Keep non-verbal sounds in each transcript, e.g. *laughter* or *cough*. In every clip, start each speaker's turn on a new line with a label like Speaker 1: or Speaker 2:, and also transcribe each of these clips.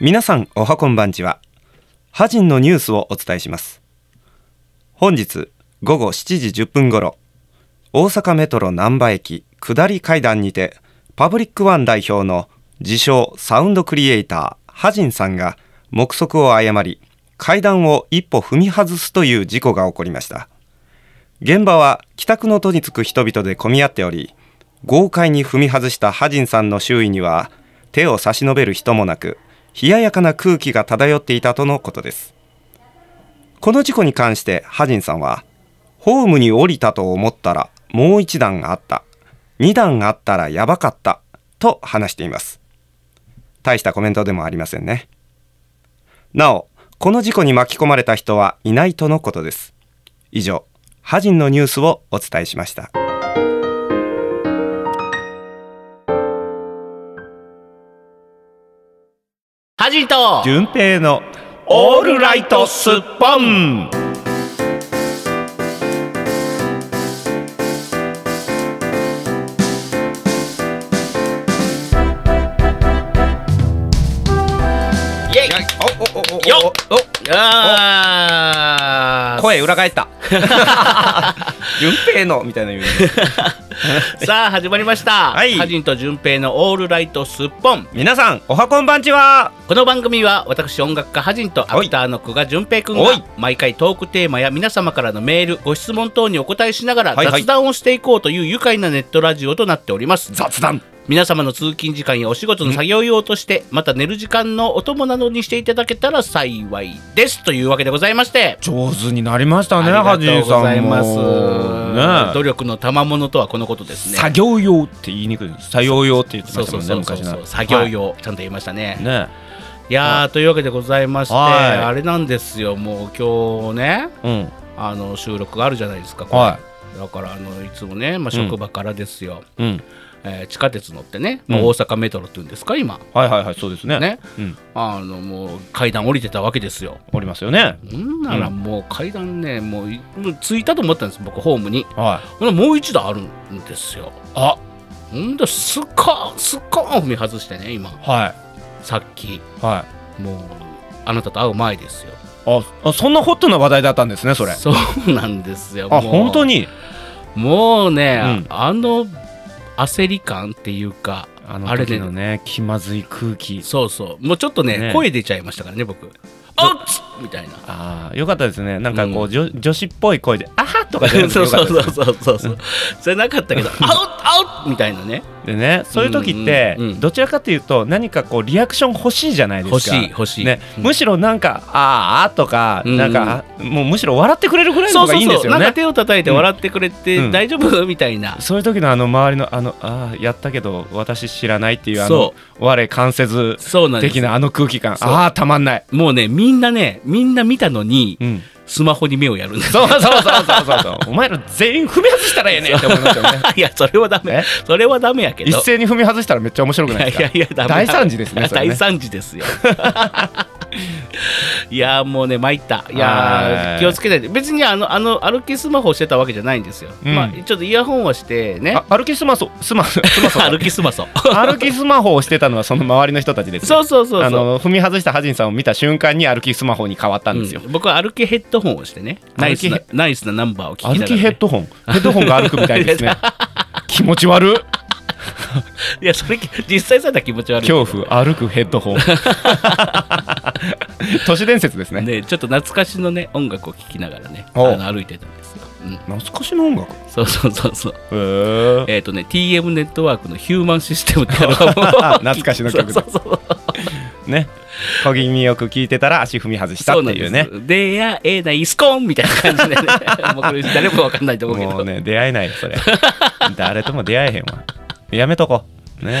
Speaker 1: 皆さんおはこんばんちはハジンのニュースをお伝えします本日午後7時10分ごろ大阪メトロ難波駅下り階段にてパブリックワン代表の自称サウンドクリエイターハジンさんが目測を誤り階段を一歩踏み外すという事故が起こりました現場は帰宅の途につく人々で混み合っており豪快に踏み外したハジンさんの周囲には手を差し伸べる人もなく冷ややかな空気が漂っていたとのことですこの事故に関してハジンさんはホームに降りたと思ったらもう一段あった二段あったらやばかったと話しています大したコメントでもありませんねなおこの事故に巻き込まれた人はいないとのことです以上ハジンのニュースをお伝えしました
Speaker 2: はじと
Speaker 1: 順平の
Speaker 2: オールライトスッポンイエイよ
Speaker 1: お
Speaker 2: あー
Speaker 1: 声裏返った
Speaker 2: *laughs*
Speaker 1: 順平のみたいな意味で
Speaker 2: さあ始まりました
Speaker 1: はい
Speaker 2: はじんとじゅんぺいのオールライトスッポン
Speaker 1: 皆さんおはこんばんちは
Speaker 2: この番組は私音楽家はじんとアフターの久賀じゅんぺいくん
Speaker 1: おい
Speaker 2: が毎回トークテーマや皆様からのメールご質問等にお答えしながら
Speaker 1: はいはい
Speaker 2: 雑談をしていこうという愉快なネットラジオとなっております
Speaker 1: 雑談
Speaker 2: 皆様の通勤時間やお仕事の作業用として、また寝る時間のお供などにしていただけたら幸いですというわけでございまして。
Speaker 1: 上手になりました
Speaker 2: あ
Speaker 1: ね
Speaker 2: り
Speaker 1: は
Speaker 2: が
Speaker 1: じ
Speaker 2: と
Speaker 1: いう
Speaker 2: ご
Speaker 1: さ
Speaker 2: ざい
Speaker 1: んも
Speaker 2: ます。努
Speaker 1: ね
Speaker 2: 力の賜物とはこのことですね。
Speaker 1: 作業用って言いにくいです作業用って言ってましたもんね昔
Speaker 2: そう
Speaker 1: の
Speaker 2: 作業
Speaker 1: は
Speaker 2: 用、ちゃんと言いましたね
Speaker 1: い。ね
Speaker 2: いやーというわけでございまして、
Speaker 1: はい
Speaker 2: あれなんですよもう今日ね
Speaker 1: うん
Speaker 2: あの収録があるじゃないですか。これ
Speaker 1: は
Speaker 2: だからあのいつもねまあ職場からですよ。
Speaker 1: いうん
Speaker 2: えー地下鉄乗ってね、まあ
Speaker 1: うん
Speaker 2: 大阪メトロっていうんですか今
Speaker 1: はいはいはいそうですね
Speaker 2: ね。
Speaker 1: うん
Speaker 2: あのもう階段降りてたわけですよ。
Speaker 1: おりますよね
Speaker 2: んならもう階段ね、もういもう着いたと思ったんです僕ホームに
Speaker 1: はい
Speaker 2: ほなもう一度あるんですよ
Speaker 1: あ
Speaker 2: ほんでスカーンスカーン踏み外してね今
Speaker 1: は
Speaker 2: さっき
Speaker 1: いはい
Speaker 2: もうあなたと会う前ですよ
Speaker 1: ああそんなホットな話題だったんですねそれあ
Speaker 2: そうなんですよもう
Speaker 1: 本当に
Speaker 2: もうね、
Speaker 1: うん
Speaker 2: あの焦り感っていうか
Speaker 1: あ
Speaker 2: の時の
Speaker 1: ね気まずい空気
Speaker 2: そうそうもうちょっとね
Speaker 1: ね
Speaker 2: 声出ちゃいましたからね僕あっつみたいな
Speaker 1: ああよかったですねなんかこう、
Speaker 2: うん
Speaker 1: 女女子っぽい声で「あは!」とか *laughs* じゃなくて
Speaker 2: *laughs* そう
Speaker 1: よか
Speaker 2: そ
Speaker 1: っ
Speaker 2: う
Speaker 1: たです
Speaker 2: そうそうそうそうそれなかったけど「あっあっ!」みたいなね
Speaker 1: でねそういう時って、
Speaker 2: うんうんうん
Speaker 1: どちらかというと何かこうリアクション欲しいじゃないですか
Speaker 2: 欲しい欲しい
Speaker 1: ね
Speaker 2: うん
Speaker 1: むしろなんか「あーあ」とか、
Speaker 2: うん
Speaker 1: なんかもうむしろ笑ってくれるぐらいの方がいいんですよ
Speaker 2: なんか
Speaker 1: ね
Speaker 2: 手を叩いて笑ってくれて、
Speaker 1: うん
Speaker 2: 大丈夫みたいな。
Speaker 1: そういう時のあの周りの「あのあーやったけど私知らない」っていうあの
Speaker 2: そ
Speaker 1: 我関せず
Speaker 2: そうなんで
Speaker 1: 的
Speaker 2: す。
Speaker 1: なあの空気感
Speaker 2: そう
Speaker 1: ああたまんない、
Speaker 2: もうね、みんなね、みんな見たのに、
Speaker 1: うん、
Speaker 2: スマホに目をやるんです。
Speaker 1: そうそうそうそうそうそう *laughs* お前ら全員踏み外したらええねんって思いますよね
Speaker 2: *laughs* いや、それはダメ
Speaker 1: え。
Speaker 2: それはダメやけど。
Speaker 1: 一斉に踏み外したらめっちゃ面白く
Speaker 2: い
Speaker 1: ない
Speaker 2: や
Speaker 1: で
Speaker 2: い
Speaker 1: すか
Speaker 2: やいや、ダメ。
Speaker 1: 大惨事ですねそれね
Speaker 2: 大惨事ですよ。
Speaker 1: *laughs*
Speaker 2: いやもうね参ったいや
Speaker 1: はい
Speaker 2: ー気をつけないで別にあのあの歩きスマホしてたわけじゃないんですよ、
Speaker 1: うん
Speaker 2: まあちょっとイヤホンはしてね
Speaker 1: あ歩きスマホスマホ
Speaker 2: *laughs* 歩きスマホ
Speaker 1: 歩きスマホをしてたのは *laughs* その周りの人たちです
Speaker 2: そうそうそう
Speaker 1: あ
Speaker 2: そう
Speaker 1: の踏み外したハジンさんを見た瞬間に歩きスマホに変わったんですよ、
Speaker 2: うん僕は歩きヘッドホンをしてねナイスな
Speaker 1: 歩
Speaker 2: ナイスなナンバーを聞きなが
Speaker 1: 歩
Speaker 2: ら、ね、
Speaker 1: きヘッドホンヘッドホンが歩くみたいです
Speaker 2: *laughs*
Speaker 1: ね気持ち悪っ
Speaker 2: いやそれ実際されたら気持ち悪いけど
Speaker 1: 恐怖歩くヘッド
Speaker 2: *laughs*
Speaker 1: ホン都市伝説ですね
Speaker 2: ねちょっと懐かしのね音楽を聴きながらねあ
Speaker 1: おう
Speaker 2: の歩いてたんですよ、うん、
Speaker 1: 懐かしの音楽へ
Speaker 2: そうそうそうそう
Speaker 1: え
Speaker 2: えっ、とね TM ネットワークの「ヒューマンシステム」ってアルバムを
Speaker 1: *laughs* 懐かしの曲だ
Speaker 2: そうそうそう
Speaker 1: ね小気味よく聞いてたら足踏み外したっていうね
Speaker 2: そうなんです出会えないスコーンみたいな感じでねもうこれ誰もわかんないと思うけ
Speaker 1: も
Speaker 2: ど
Speaker 1: うね出会えないそ
Speaker 2: *laughs*
Speaker 1: れ誰とも出会えへんわやめとこね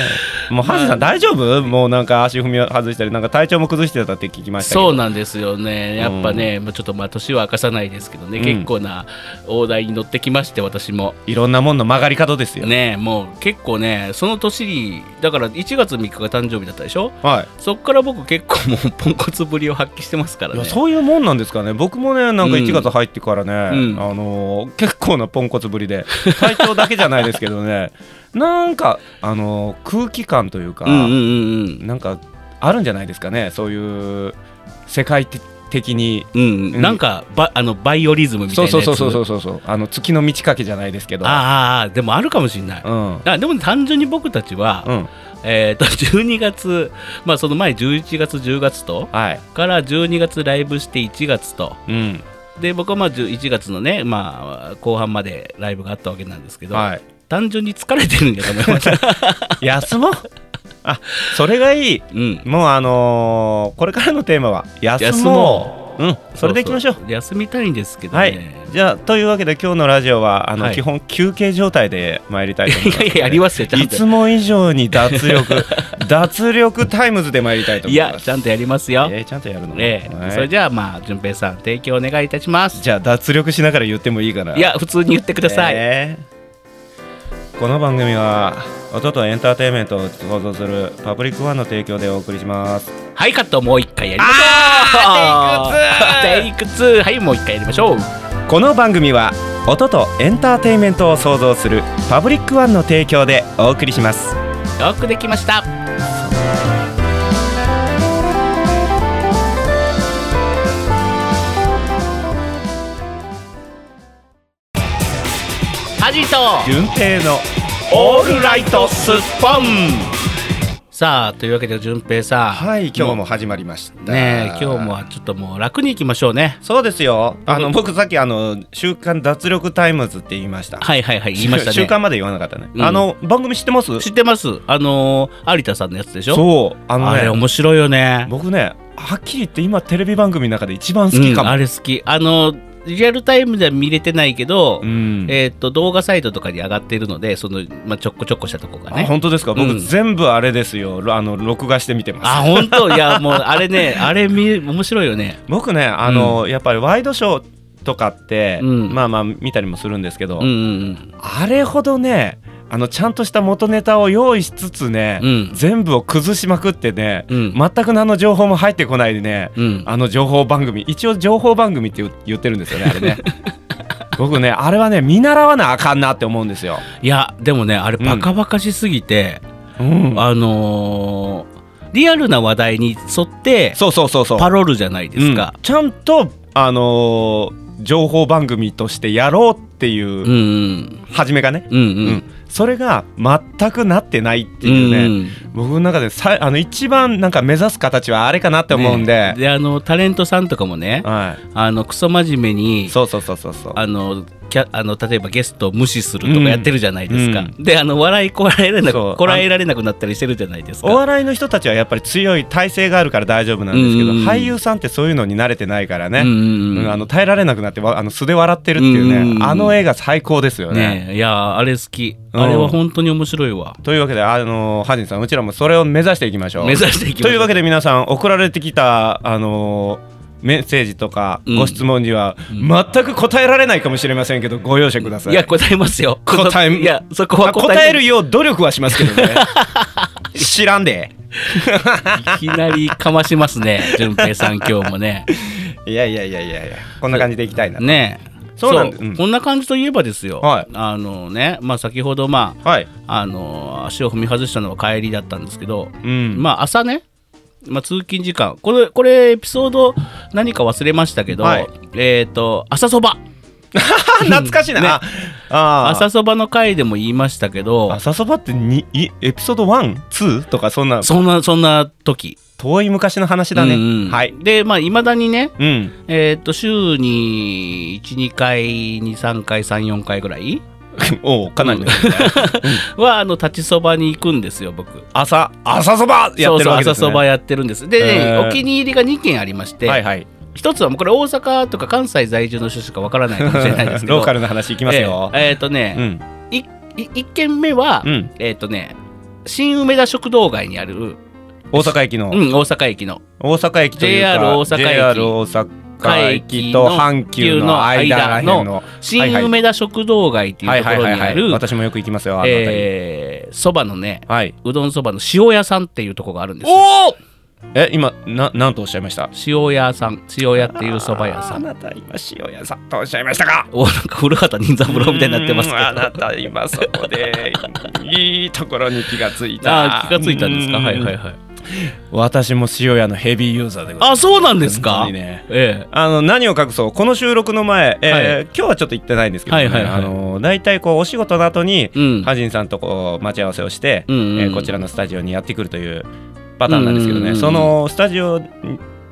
Speaker 1: えもうハジさん大丈夫もうなんか足踏み外したりなんか体調も崩してたって聞きましたけど
Speaker 2: そうなんですよねやっぱね、まあちょっとまあ年は明かさないですけどね、
Speaker 1: うん
Speaker 2: 結構な大台に乗ってきまして私も
Speaker 1: いろんなもんの曲がり角ですよ
Speaker 2: ねもう結構ねその年にだから1月3日が誕生日だったでしょ
Speaker 1: はい
Speaker 2: そっから僕結構もうポンコツぶりを発揮してますから
Speaker 1: い
Speaker 2: ね
Speaker 1: やそういうもんなんですかね僕もねなんか
Speaker 2: うん
Speaker 1: 1月入ってからね、
Speaker 2: うん
Speaker 1: あのー結構なポンコツぶりで体調だけじゃないですけど
Speaker 2: *laughs*
Speaker 1: ねなんかあの空気感というか、
Speaker 2: うんうんうん
Speaker 1: なんかあるんじゃないですかねそういう世界的に。
Speaker 2: うんうん
Speaker 1: うん
Speaker 2: なんかバあのバイオリズムみた
Speaker 1: そ
Speaker 2: いうなや
Speaker 1: そう
Speaker 2: つ
Speaker 1: そうそうそうそうあの月の満ち欠けじゃないですけど
Speaker 2: ああでもあるかもしれない、
Speaker 1: うん
Speaker 2: あでも単純に僕たちは、
Speaker 1: うん
Speaker 2: えー、と12月、まあ、その前11月10月と
Speaker 1: はい
Speaker 2: から12月ライブして1月と
Speaker 1: うん
Speaker 2: で僕はまあ11月のね、まあ、後半までライブがあったわけなんですけど、
Speaker 1: はい
Speaker 2: 単純に疲れてるんだと思い
Speaker 1: *laughs*
Speaker 2: ます、
Speaker 1: 休もうあそれがいい
Speaker 2: うん、
Speaker 1: もうあのーこれからのテーマは休
Speaker 2: 休
Speaker 1: も
Speaker 2: も
Speaker 1: ううんそれでいきましょう
Speaker 2: そそ休みたいんですけどね、
Speaker 1: はいじゃあというわけで今日のラジオはあの、
Speaker 2: はい
Speaker 1: 基本休憩状態で参りたいと思い
Speaker 2: い
Speaker 1: ます
Speaker 2: やいややりますよちゃん
Speaker 1: い
Speaker 2: と
Speaker 1: つも以上に脱
Speaker 2: *laughs*
Speaker 1: 力脱力タイムズで参りたいと
Speaker 2: い
Speaker 1: 思いま
Speaker 2: や
Speaker 1: す
Speaker 2: ちゃんとやりますよ、
Speaker 1: えーちゃんとやるの、
Speaker 2: ええ
Speaker 1: はい
Speaker 2: それじゃあまあ順平さん提供お願いいたします
Speaker 1: じゃあ脱力しながら言ってもいいかない
Speaker 2: や普通に言ってください、
Speaker 1: えーこの番組は音とエンターテインメントを創造するパブリックワンの提供でお送りします
Speaker 2: はいカットもう一回やりましょう
Speaker 1: あーテ
Speaker 2: テイク2はいもう一回やりましょう
Speaker 1: この番組は音とエンターテインメントを創造するパブリックワンの提供でお送りします
Speaker 2: よくできましたハジと
Speaker 1: 順平の
Speaker 2: オールライトスッポンさあというわけで順平さん
Speaker 1: はい今日も始まりました
Speaker 2: ねえ今日もはちょっともう楽にいきましょうね
Speaker 1: そうですよあの僕さっきあの週刊脱力タイムズって言いました
Speaker 2: はいはいはい言いましたね
Speaker 1: 週刊まで言わなかったね、
Speaker 2: うん
Speaker 1: あの番組知ってます
Speaker 2: 知ってますあのー有田さんのやつでしょ
Speaker 1: そうあの
Speaker 2: あれ
Speaker 1: ね
Speaker 2: 面白いよね
Speaker 1: 僕ねはっきり言って今テレビ番組の中で一番好
Speaker 2: う
Speaker 1: き
Speaker 2: ん
Speaker 1: かも、
Speaker 2: あれ好きあのリアルタイムでは見れてないけど、
Speaker 1: うん
Speaker 2: えー、と動画サイトとかに上がってるのでその、まあ、ちょっこちょっこしたとこが
Speaker 1: あ
Speaker 2: ね
Speaker 1: 本当ですか僕、
Speaker 2: うん
Speaker 1: 全部あれですよあの録画して見てます
Speaker 2: あ本当いやもうあれねあれ見面白いよね
Speaker 1: 僕ねあの、やっぱりワイドショーとかって、
Speaker 2: うん
Speaker 1: まあまあ見たりもするんですけど、
Speaker 2: うんうん
Speaker 1: あれほどねあのちゃんとした元ネタを用意しつつね、
Speaker 2: うん
Speaker 1: 全部を崩しまくってね、
Speaker 2: うん
Speaker 1: 全く何の情報も入ってこないでね、
Speaker 2: うんうん
Speaker 1: あの情報番組一応情報番組って言う言ってるんですよねあれ
Speaker 2: *laughs*
Speaker 1: ね僕ねあれはね見習わなあかんなって思うんですよ、
Speaker 2: いやでもねあれバカバカしすぎて、
Speaker 1: うん
Speaker 2: あのーリアルな話題に沿って
Speaker 1: そうそうそうそう
Speaker 2: パロるじゃないですか
Speaker 1: うん、ちゃんとあのー情報番組としてやろうっていううん
Speaker 2: うん
Speaker 1: 初めがね、
Speaker 2: うんうん
Speaker 1: う
Speaker 2: うん
Speaker 1: それが全くなってないって
Speaker 2: う
Speaker 1: いうね、
Speaker 2: ん
Speaker 1: 僕の中でさあの一番なんか目指す形はあれかなって思うんで、
Speaker 2: ねであのタレントさんとかもね
Speaker 1: は
Speaker 2: あのクソ真面目に
Speaker 1: い、そうそうそうそうそう
Speaker 2: あのキャあの例えばゲストを無視するとかやってるじゃないですか、
Speaker 1: うん
Speaker 2: であの笑いこらえられな
Speaker 1: そう
Speaker 2: くこらえられなくなったりしてるじゃないです
Speaker 1: お
Speaker 2: か。
Speaker 1: 笑いの人たちはやっぱり強い体勢があるから大丈夫なんですけど、
Speaker 2: うん
Speaker 1: 俳優さんってそういうのに慣れてないからね、
Speaker 2: うんうんうん
Speaker 1: うんあの耐えられなくなってわあの素で笑ってるっていうね、
Speaker 2: うん
Speaker 1: あの映画最高ですよね。
Speaker 2: ねえいやーあれ好き
Speaker 1: うん
Speaker 2: あれは本当に面白いわ、
Speaker 1: というわけで、あのーハジンさんうちらもそれを目指していきましょう。
Speaker 2: 目指していきま
Speaker 1: と
Speaker 2: し
Speaker 1: い
Speaker 2: ょ
Speaker 1: うわけで皆さん送られてきた、あのーメッセージとか
Speaker 2: うん
Speaker 1: ご質問には全く答えられないかもしれませんけどご容赦ください。
Speaker 2: いや答えますよ
Speaker 1: 答え
Speaker 2: いやそこ
Speaker 1: まあ
Speaker 2: は答
Speaker 1: 答
Speaker 2: え
Speaker 1: えるよう努力はしますけどね
Speaker 2: *laughs*
Speaker 1: 知らんで
Speaker 2: いきなりかましますね
Speaker 1: *laughs*
Speaker 2: 順平さん今日もね
Speaker 1: いやいやいやいやいやこんな感じでいきたいな、
Speaker 2: ねえ
Speaker 1: そうなんだうん
Speaker 2: こんな感じといえばですよ、
Speaker 1: はい
Speaker 2: あのねまあ先ほどま
Speaker 1: はい、
Speaker 2: ああの足を踏み外したのは帰りだったんですけど、
Speaker 1: うん
Speaker 2: まあ朝ね、まあ、通勤時間これこれエピソード何か忘れましたけど、
Speaker 1: はい
Speaker 2: えっ、と朝そば
Speaker 1: あ懐かしいな、
Speaker 2: ね
Speaker 1: ああ
Speaker 2: 朝そばの回でも言いましたけど
Speaker 1: 朝そばってにいエピソード 1?2? とかそんな
Speaker 2: そんなそんな時
Speaker 1: 遠い昔の話だね、
Speaker 2: うんうん
Speaker 1: はい
Speaker 2: でまあいまだにね *laughs*
Speaker 1: うん
Speaker 2: えっ、と週に12回23回34回ぐらい
Speaker 1: おうかなりの、
Speaker 2: はあの立ちそばに行くんですよ僕
Speaker 1: 朝朝そばや
Speaker 2: そ
Speaker 1: ってる
Speaker 2: うそう
Speaker 1: わけで
Speaker 2: 朝
Speaker 1: すね
Speaker 2: そばやってるんですで、ね
Speaker 1: へー
Speaker 2: お気に入りが2軒ありまして、
Speaker 1: はいはい
Speaker 2: 一つはもうこれ大阪とか関西在住の人しかわからないかもしれないですけど
Speaker 1: *laughs* ローカルな話いきますよ、
Speaker 2: えーえーとね、
Speaker 1: うん
Speaker 2: いい一軒目は、
Speaker 1: うん
Speaker 2: えっ、とね新梅田食堂街にある、
Speaker 1: 大阪駅の、
Speaker 2: うん、大阪駅の
Speaker 1: 大阪駅というか
Speaker 2: JR 大阪駅
Speaker 1: JR 大阪駅と阪急の間らへんのはい
Speaker 2: 新
Speaker 1: はい
Speaker 2: 梅田食堂街っていうところにある
Speaker 1: 私もよく行きますよあの辺り、
Speaker 2: えーそばのね
Speaker 1: はいう
Speaker 2: どんそばの塩屋さんっていうところがあるんですよ
Speaker 1: おお
Speaker 3: え今ななんとおっしゃいました
Speaker 2: 塩屋さん塩屋っていう蕎麦屋さ
Speaker 1: あ
Speaker 2: ん
Speaker 1: なた今塩屋さんとおっしゃいましたか
Speaker 2: おなんか古畑任三郎みたいになってますけ
Speaker 1: うーんあな
Speaker 2: ど
Speaker 1: た今そこでいいところに気がついた
Speaker 2: あー気がついたんですか
Speaker 1: う
Speaker 2: はいはいはい
Speaker 3: 私も塩屋のヘビーユーザーでございま
Speaker 2: あ
Speaker 3: す
Speaker 2: そうなんですか
Speaker 3: 本当にね
Speaker 2: ええ
Speaker 1: あの何を隠そうこの収録の前、えー
Speaker 2: はい
Speaker 1: 今日はちょっと行ってないんですけど、ね
Speaker 2: はいはいはい
Speaker 1: あの大体こうお仕事の後に、
Speaker 2: うん
Speaker 1: ハジンさんとこう待ち合わせをして、
Speaker 2: うんうんうん
Speaker 1: えーこちらのスタジオにやってくるというパターンなんですけどね、
Speaker 2: うんうんうん
Speaker 1: そのスタジオ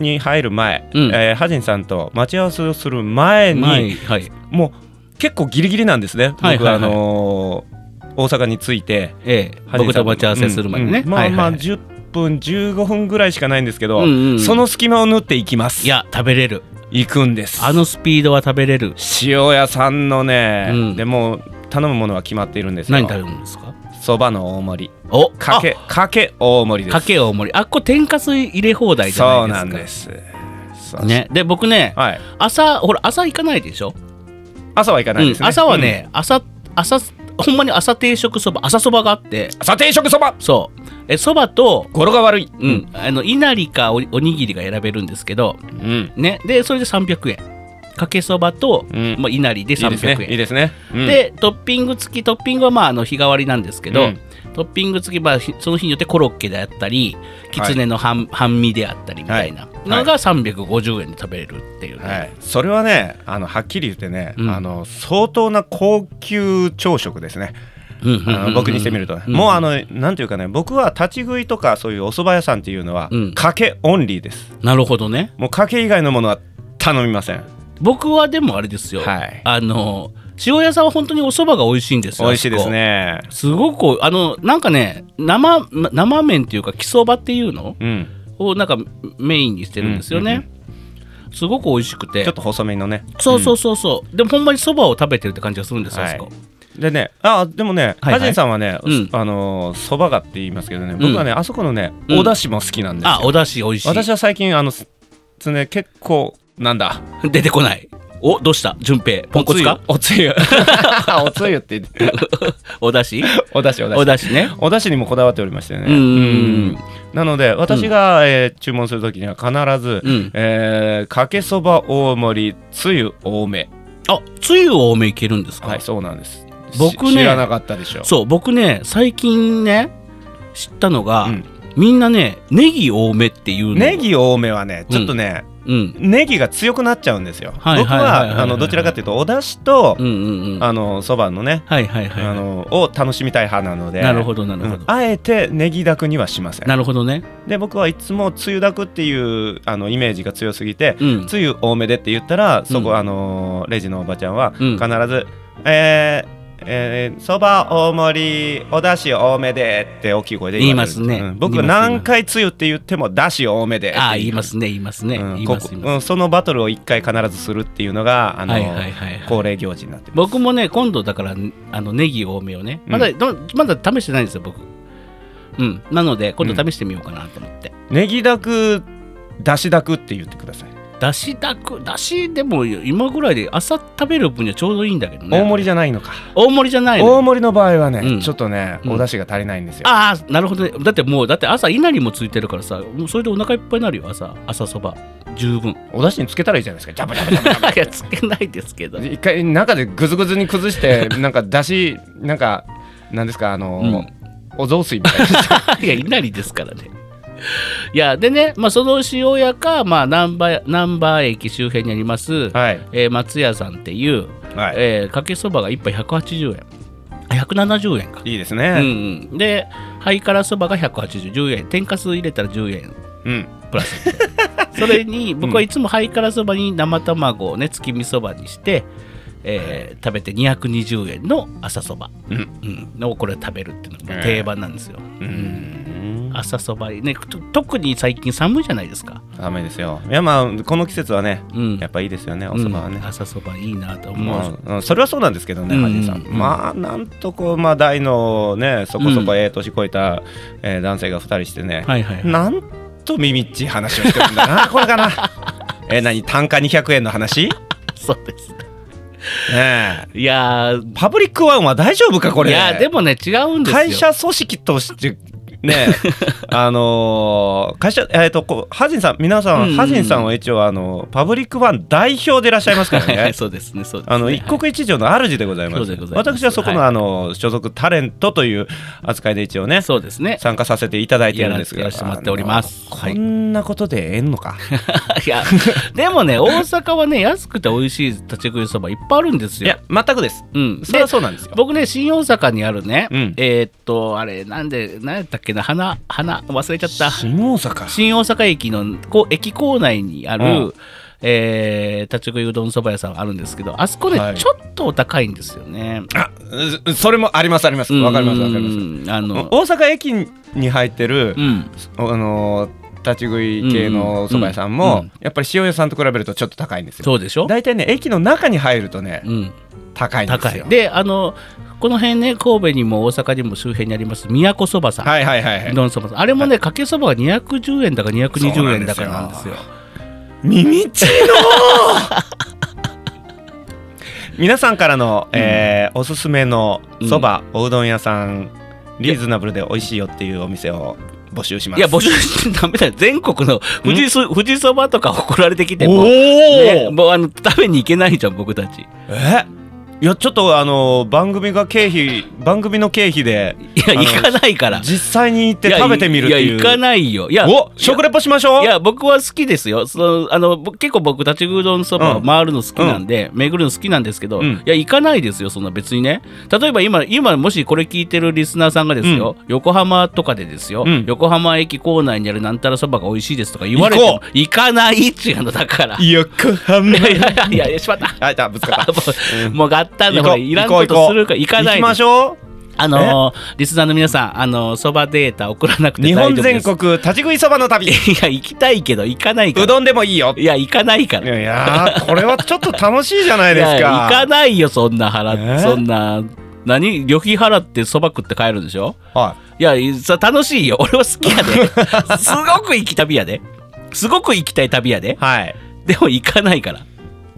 Speaker 1: に入る前、
Speaker 2: うん
Speaker 1: えーハジンさんと待ち合わせをする前に、
Speaker 2: はいはい
Speaker 1: もう結構ギリギリなんですね、
Speaker 2: はい
Speaker 1: 僕
Speaker 2: はいはい
Speaker 1: あのー大阪に着いて
Speaker 2: ええ
Speaker 1: ハジン
Speaker 2: 僕
Speaker 1: さん
Speaker 2: と待ち合わせする前にね
Speaker 1: うんまあまあ
Speaker 2: はいはい
Speaker 1: 10分15分ぐらいしかないんですけど、
Speaker 2: うんうん
Speaker 1: その隙間を縫っていきます
Speaker 2: いや食べれる
Speaker 1: 行くんです
Speaker 2: あのスピードは食べれる
Speaker 1: 塩屋さんのね、
Speaker 2: うん
Speaker 1: でもう頼むものは決まっているんですよ
Speaker 2: 何食べるんですか
Speaker 1: そばの大盛り
Speaker 2: お
Speaker 1: かけかけ大盛り
Speaker 2: あ
Speaker 1: です
Speaker 2: かけ大盛りあっこ天かす入れ放題じゃ
Speaker 1: そう
Speaker 2: な
Speaker 1: ないん
Speaker 2: で
Speaker 1: ですすそ
Speaker 2: か
Speaker 1: う
Speaker 2: ねで僕ね
Speaker 1: はい
Speaker 2: 朝ほら朝行かないでしょ
Speaker 1: 朝は行かないですね、
Speaker 2: うん、朝はね、朝朝ほんまに朝定食そば朝そばがあって
Speaker 1: うん朝定食そば
Speaker 2: そうえそばと
Speaker 1: 語呂が悪い
Speaker 2: うん、あのいなりかおおにぎりが選べるんですけど
Speaker 1: うん
Speaker 2: ねでそれで300円かけそばと、
Speaker 1: うん
Speaker 2: まあ、いなりで
Speaker 1: いいです
Speaker 2: 300円
Speaker 1: ねいいですね、うん
Speaker 2: でトッピング付きトッピングはまああの日替わりなんですけど、
Speaker 1: うん
Speaker 2: トッピング付き、まあ、ひその日によってコロッケであったりきつねの半,、半身であったりみたいな
Speaker 1: はい
Speaker 2: のが350円で食べれるっていうね、
Speaker 1: はい、それはねあのはっきり言ってね、
Speaker 2: うん
Speaker 1: あの相当な高級朝食ですね、
Speaker 2: うんうんうん
Speaker 1: あの僕にしてみるとね、
Speaker 2: うん
Speaker 1: もうあのなんていうかね僕は立ち食いとかそういうお蕎麦屋さんっていうのは、
Speaker 2: うん
Speaker 1: かけオンリーです
Speaker 2: なるほどね
Speaker 1: もうかけ以外のものは頼みません。
Speaker 2: 僕はでもあれですよ、
Speaker 1: はい
Speaker 2: あの塩屋さんは本当にお蕎麦が美味しいんですよ
Speaker 1: 美味しいですね
Speaker 2: あ。そこすごくあのなんかね生生麺っていうか木そばっていうの
Speaker 1: うん。
Speaker 2: をなんかメインにしてるんですよね、すごく美味しくて
Speaker 1: ちょっと細めのね。
Speaker 2: そうそうそうそう、でもほんまにそばを食べてるって感じがするんですよ、
Speaker 1: はい
Speaker 2: あそこ
Speaker 1: でね、あでもね、
Speaker 2: はいはい
Speaker 1: ハジンさんはね、
Speaker 2: うん
Speaker 1: あのーそばがって言いますけどね、僕はね、あそこのね、
Speaker 2: うん
Speaker 1: お出汁も好きなんですよ。
Speaker 2: あおだし美味しい
Speaker 1: 私は最近あのすつね結構なんだ。
Speaker 2: 出てこないおどうした順平ポンコツか
Speaker 1: おつゆ。
Speaker 2: *laughs*
Speaker 1: おつゆって言って
Speaker 2: おだし
Speaker 1: お出汁お出
Speaker 2: お
Speaker 1: 汁。
Speaker 2: だしね
Speaker 1: お出汁にもこだわっておりましてね。
Speaker 2: うんうん
Speaker 1: なので私が、えー注文するときには必ず、
Speaker 2: うん
Speaker 1: えーかけそば大盛りつゆ多め。
Speaker 2: あつゆ多めいけるんですか、
Speaker 1: はい、そうなんです。
Speaker 2: 僕ね
Speaker 1: し知らなかったでしょ。
Speaker 2: そう僕ね最近ね知ったのが、
Speaker 1: うん
Speaker 2: みんなねネギ多めっていうの
Speaker 1: ネギ多めはね、
Speaker 2: うん
Speaker 1: ちょっとね、
Speaker 2: うん
Speaker 1: ネギが強くなっちゃうんですよ。僕
Speaker 2: はいはいはいはいはい
Speaker 1: はあのどちらかというとお出汁と、
Speaker 2: うんうんうんは
Speaker 1: あのそばのね、
Speaker 2: いはいはい、
Speaker 1: あのを楽しみたい派なので。
Speaker 2: なるほどなるほど、
Speaker 1: うんあえてネギだくにはしません
Speaker 2: なるほどね
Speaker 1: で僕はいつもつゆだくっていうあのイメージが強すぎて
Speaker 2: うん
Speaker 1: つゆ多めでって言ったらそこ、
Speaker 2: うん
Speaker 1: あのーレジのおばちゃんは
Speaker 2: う
Speaker 1: 必
Speaker 2: ん
Speaker 1: ず「えーえーそば大盛りおだし多めで」って大きい声でわれる
Speaker 2: 言いますね
Speaker 1: うん僕は
Speaker 2: 言います
Speaker 1: 何回つゆって言っても「だし多めでって」
Speaker 2: ああ言いますね言いますね、
Speaker 1: うん
Speaker 2: 言い
Speaker 1: こ
Speaker 2: ま
Speaker 1: こ
Speaker 2: す言います
Speaker 1: うんそのバトルを一回必ずするっていうのが、あのー
Speaker 2: はいはいはいはい
Speaker 1: 恒例行事になってます
Speaker 2: 僕もね今度だからあのネギ多めをねまだ、
Speaker 1: う
Speaker 2: どまだ試してないんですよ僕うんなので今度試してみようかなと思って、
Speaker 1: ネギだくだしだくって言ってください、
Speaker 2: だしだくだしでも今ぐらいで朝食べる分にはちょうどいいんだけどね
Speaker 1: 大盛りじゃないのか
Speaker 2: 大盛りじゃないの
Speaker 1: 大盛りの場合はね、
Speaker 2: うん
Speaker 1: ちょっとね
Speaker 2: うん
Speaker 1: お出汁が足りないんですよ、
Speaker 2: ああなるほどねだってもうだって朝稲荷もついてるからさもうそれでお腹いっぱいになるよ朝朝そば十分
Speaker 1: お出汁につけたらいいじゃないですかジャブジャブジャブジャブ
Speaker 2: *laughs* いやつけ *laughs* ないですけど
Speaker 1: 一回中でぐずぐずに崩して *laughs* なんかだしなんかなんですかあのーお雑炊みたいな
Speaker 2: いや、いなりですからね。いや、でね、まあ、その塩屋か、まあ、難波難波駅周辺にあります、
Speaker 1: *laughs* はい
Speaker 2: えー松屋さんっていう、
Speaker 1: はい、
Speaker 2: えーかけそばが1杯180円。あ170円か。
Speaker 1: いいです
Speaker 2: うん
Speaker 1: ね
Speaker 2: うん、で、ハイカラそばが180、10円。天かす入れたら10円
Speaker 1: うん、
Speaker 2: プ
Speaker 1: *laughs*
Speaker 2: ラスみたいな。それに、僕はいつもハイカラそばに生卵をね、月見そばにして、えー食べて220円の朝そば、
Speaker 1: うん
Speaker 2: うん、のこれを食べるっていうのが定番なんですよ。
Speaker 1: うん
Speaker 2: 朝そばねと特に最近寒いじゃないですか、
Speaker 1: ダメですよいやまあこの季節はね
Speaker 2: うん
Speaker 1: やっぱいいですよねおそばはね、
Speaker 2: うん朝そばいいなと思う、
Speaker 1: まあ、うんそれはそうなんですけどね、
Speaker 2: うん
Speaker 1: ハジンさん。
Speaker 2: うん
Speaker 1: まあ、なんとこう、まあ、大のね、そこそこええ年越えた、えー男性が2人してね、
Speaker 2: はいはいはい
Speaker 1: なんと耳っちい話をしてるんだな、これか *laughs* な。えー、何、単価200円の話ね
Speaker 2: そうです
Speaker 1: え
Speaker 2: ねいやー
Speaker 1: パブリックワンは大丈夫か、これ。
Speaker 2: いやーでもね違うんですよ
Speaker 1: 会社組織として
Speaker 2: *laughs*
Speaker 1: ねあのー会社えっ、とこうハジンさん皆さ
Speaker 2: うん
Speaker 1: んハジンさんは一応あのパブリックワン代表でいらっしゃいますから
Speaker 2: はいは
Speaker 1: ね
Speaker 2: い、。 *laughs* そうですね、そうですね。
Speaker 1: あの一国一城の主でございま
Speaker 2: そ
Speaker 1: す
Speaker 2: うでございます
Speaker 1: 私はそこの,、
Speaker 2: はい
Speaker 1: あの所属タレントという扱いで一応ね
Speaker 2: そうですね。 *laughs*
Speaker 1: 参加させていただいて
Speaker 2: や
Speaker 1: るん
Speaker 2: ら
Speaker 1: で
Speaker 2: せ
Speaker 1: す
Speaker 2: て
Speaker 1: が
Speaker 2: やらせてもらっております。
Speaker 1: あの
Speaker 2: はい
Speaker 1: こんなことでえんのか
Speaker 2: いや、でもね、大阪はね、安くて美味しい立ち食いそばいっぱいあるんです
Speaker 1: い
Speaker 2: よ
Speaker 1: や。全くです
Speaker 2: うん、
Speaker 1: それ
Speaker 2: で
Speaker 1: はそうなんですよ
Speaker 2: 僕ね、新大阪にあるね、
Speaker 1: うん
Speaker 2: えーっと、あれ、なんで、なんやったっけな、花、花、忘れちゃった。
Speaker 1: 新大阪
Speaker 2: 新大阪駅のこう駅構内にある、
Speaker 1: うん
Speaker 2: えー立ち食いうどんそば屋さんあるんですけどあそこで
Speaker 1: はい
Speaker 2: ちょっとお高いんですよね。
Speaker 1: あうそれもありますありますわかりますわかります
Speaker 2: ます。あの、
Speaker 1: 大阪駅に入ってる
Speaker 2: う、ん、
Speaker 1: あのー立ち食い系のそば屋さん
Speaker 2: うん
Speaker 1: も、
Speaker 2: うんうん
Speaker 1: やっぱり塩屋さんと比べるとちょっと高いんですよ
Speaker 2: そうでしょ、
Speaker 1: 大体ね駅の中に入るとね
Speaker 2: うん、
Speaker 1: 高いんで
Speaker 2: 高
Speaker 1: すよ
Speaker 2: い。であのこの辺ね神戸にも大阪にも周辺にあります宮古そばさん、
Speaker 1: はいはいはいは
Speaker 2: う
Speaker 1: い
Speaker 2: どんそばさんあれもねかけそばが210円だか220円だかなんですよ。
Speaker 1: 耳ちの
Speaker 2: *laughs*
Speaker 1: 皆さんからの、えーおすすめのそば、おうどん屋さんリーズナブルで美味しいよっていうお店を募集します
Speaker 2: いや募集してダメだよ全国の富士そ富士そばとか送られてきて
Speaker 1: お
Speaker 2: も,、
Speaker 1: お、
Speaker 2: ね、もうあの食べに行けないじゃん僕たち。
Speaker 1: えいやちょっとあの番組が経費番組の経費で
Speaker 2: いや
Speaker 1: あの
Speaker 2: 行かないから。
Speaker 1: 実際に行って食べてみるっていう
Speaker 2: やや行かないよいや
Speaker 1: お食レポしましょう
Speaker 2: いや僕は好きですよそのあの僕結構僕立ち食いうどんそば
Speaker 1: うん
Speaker 2: 回るの好きなんで、巡るの好きなんですけど、
Speaker 1: うん
Speaker 2: いや行かないですよそんな別にね例えば今今もしこれ聞いてるリスナーさんがですよ、横浜とかでですよ、
Speaker 1: うん
Speaker 2: 横浜駅構内にあるなんたらそばが美味しいですとか言われても
Speaker 1: 行こ
Speaker 2: 行かないっちゅうのだからい
Speaker 1: 横浜
Speaker 2: やいやいやいやしまった
Speaker 1: あいたぶつかっ
Speaker 2: あ
Speaker 1: た
Speaker 2: もう
Speaker 1: うん
Speaker 2: もうガッタン
Speaker 1: 行こ
Speaker 2: だ
Speaker 1: う
Speaker 2: ほらいらんことするから行かない
Speaker 1: 行きま
Speaker 2: です
Speaker 1: しょう
Speaker 2: あのーリスナーの皆さんあのーそばデータ送らなくて
Speaker 1: 日
Speaker 2: 大
Speaker 1: 本
Speaker 2: 丈夫で
Speaker 1: 全
Speaker 2: す
Speaker 1: 国立ち食いそばの旅
Speaker 2: *laughs* いや行きたいけど行かないから
Speaker 1: うどんでもいいよ
Speaker 2: いや行かないか
Speaker 1: い
Speaker 2: ら
Speaker 1: やいやーこれはちょっと楽しいじゃないですか
Speaker 2: いや行かないよそんな払って、
Speaker 1: え
Speaker 2: そんな何旅費払ってそば食って帰るんでしょ
Speaker 1: はい
Speaker 2: やさ楽しいよ俺は好きや
Speaker 1: *laughs*
Speaker 2: ですごく行き旅やですごく行きたい旅やで
Speaker 1: い、はい、
Speaker 2: でも行かないから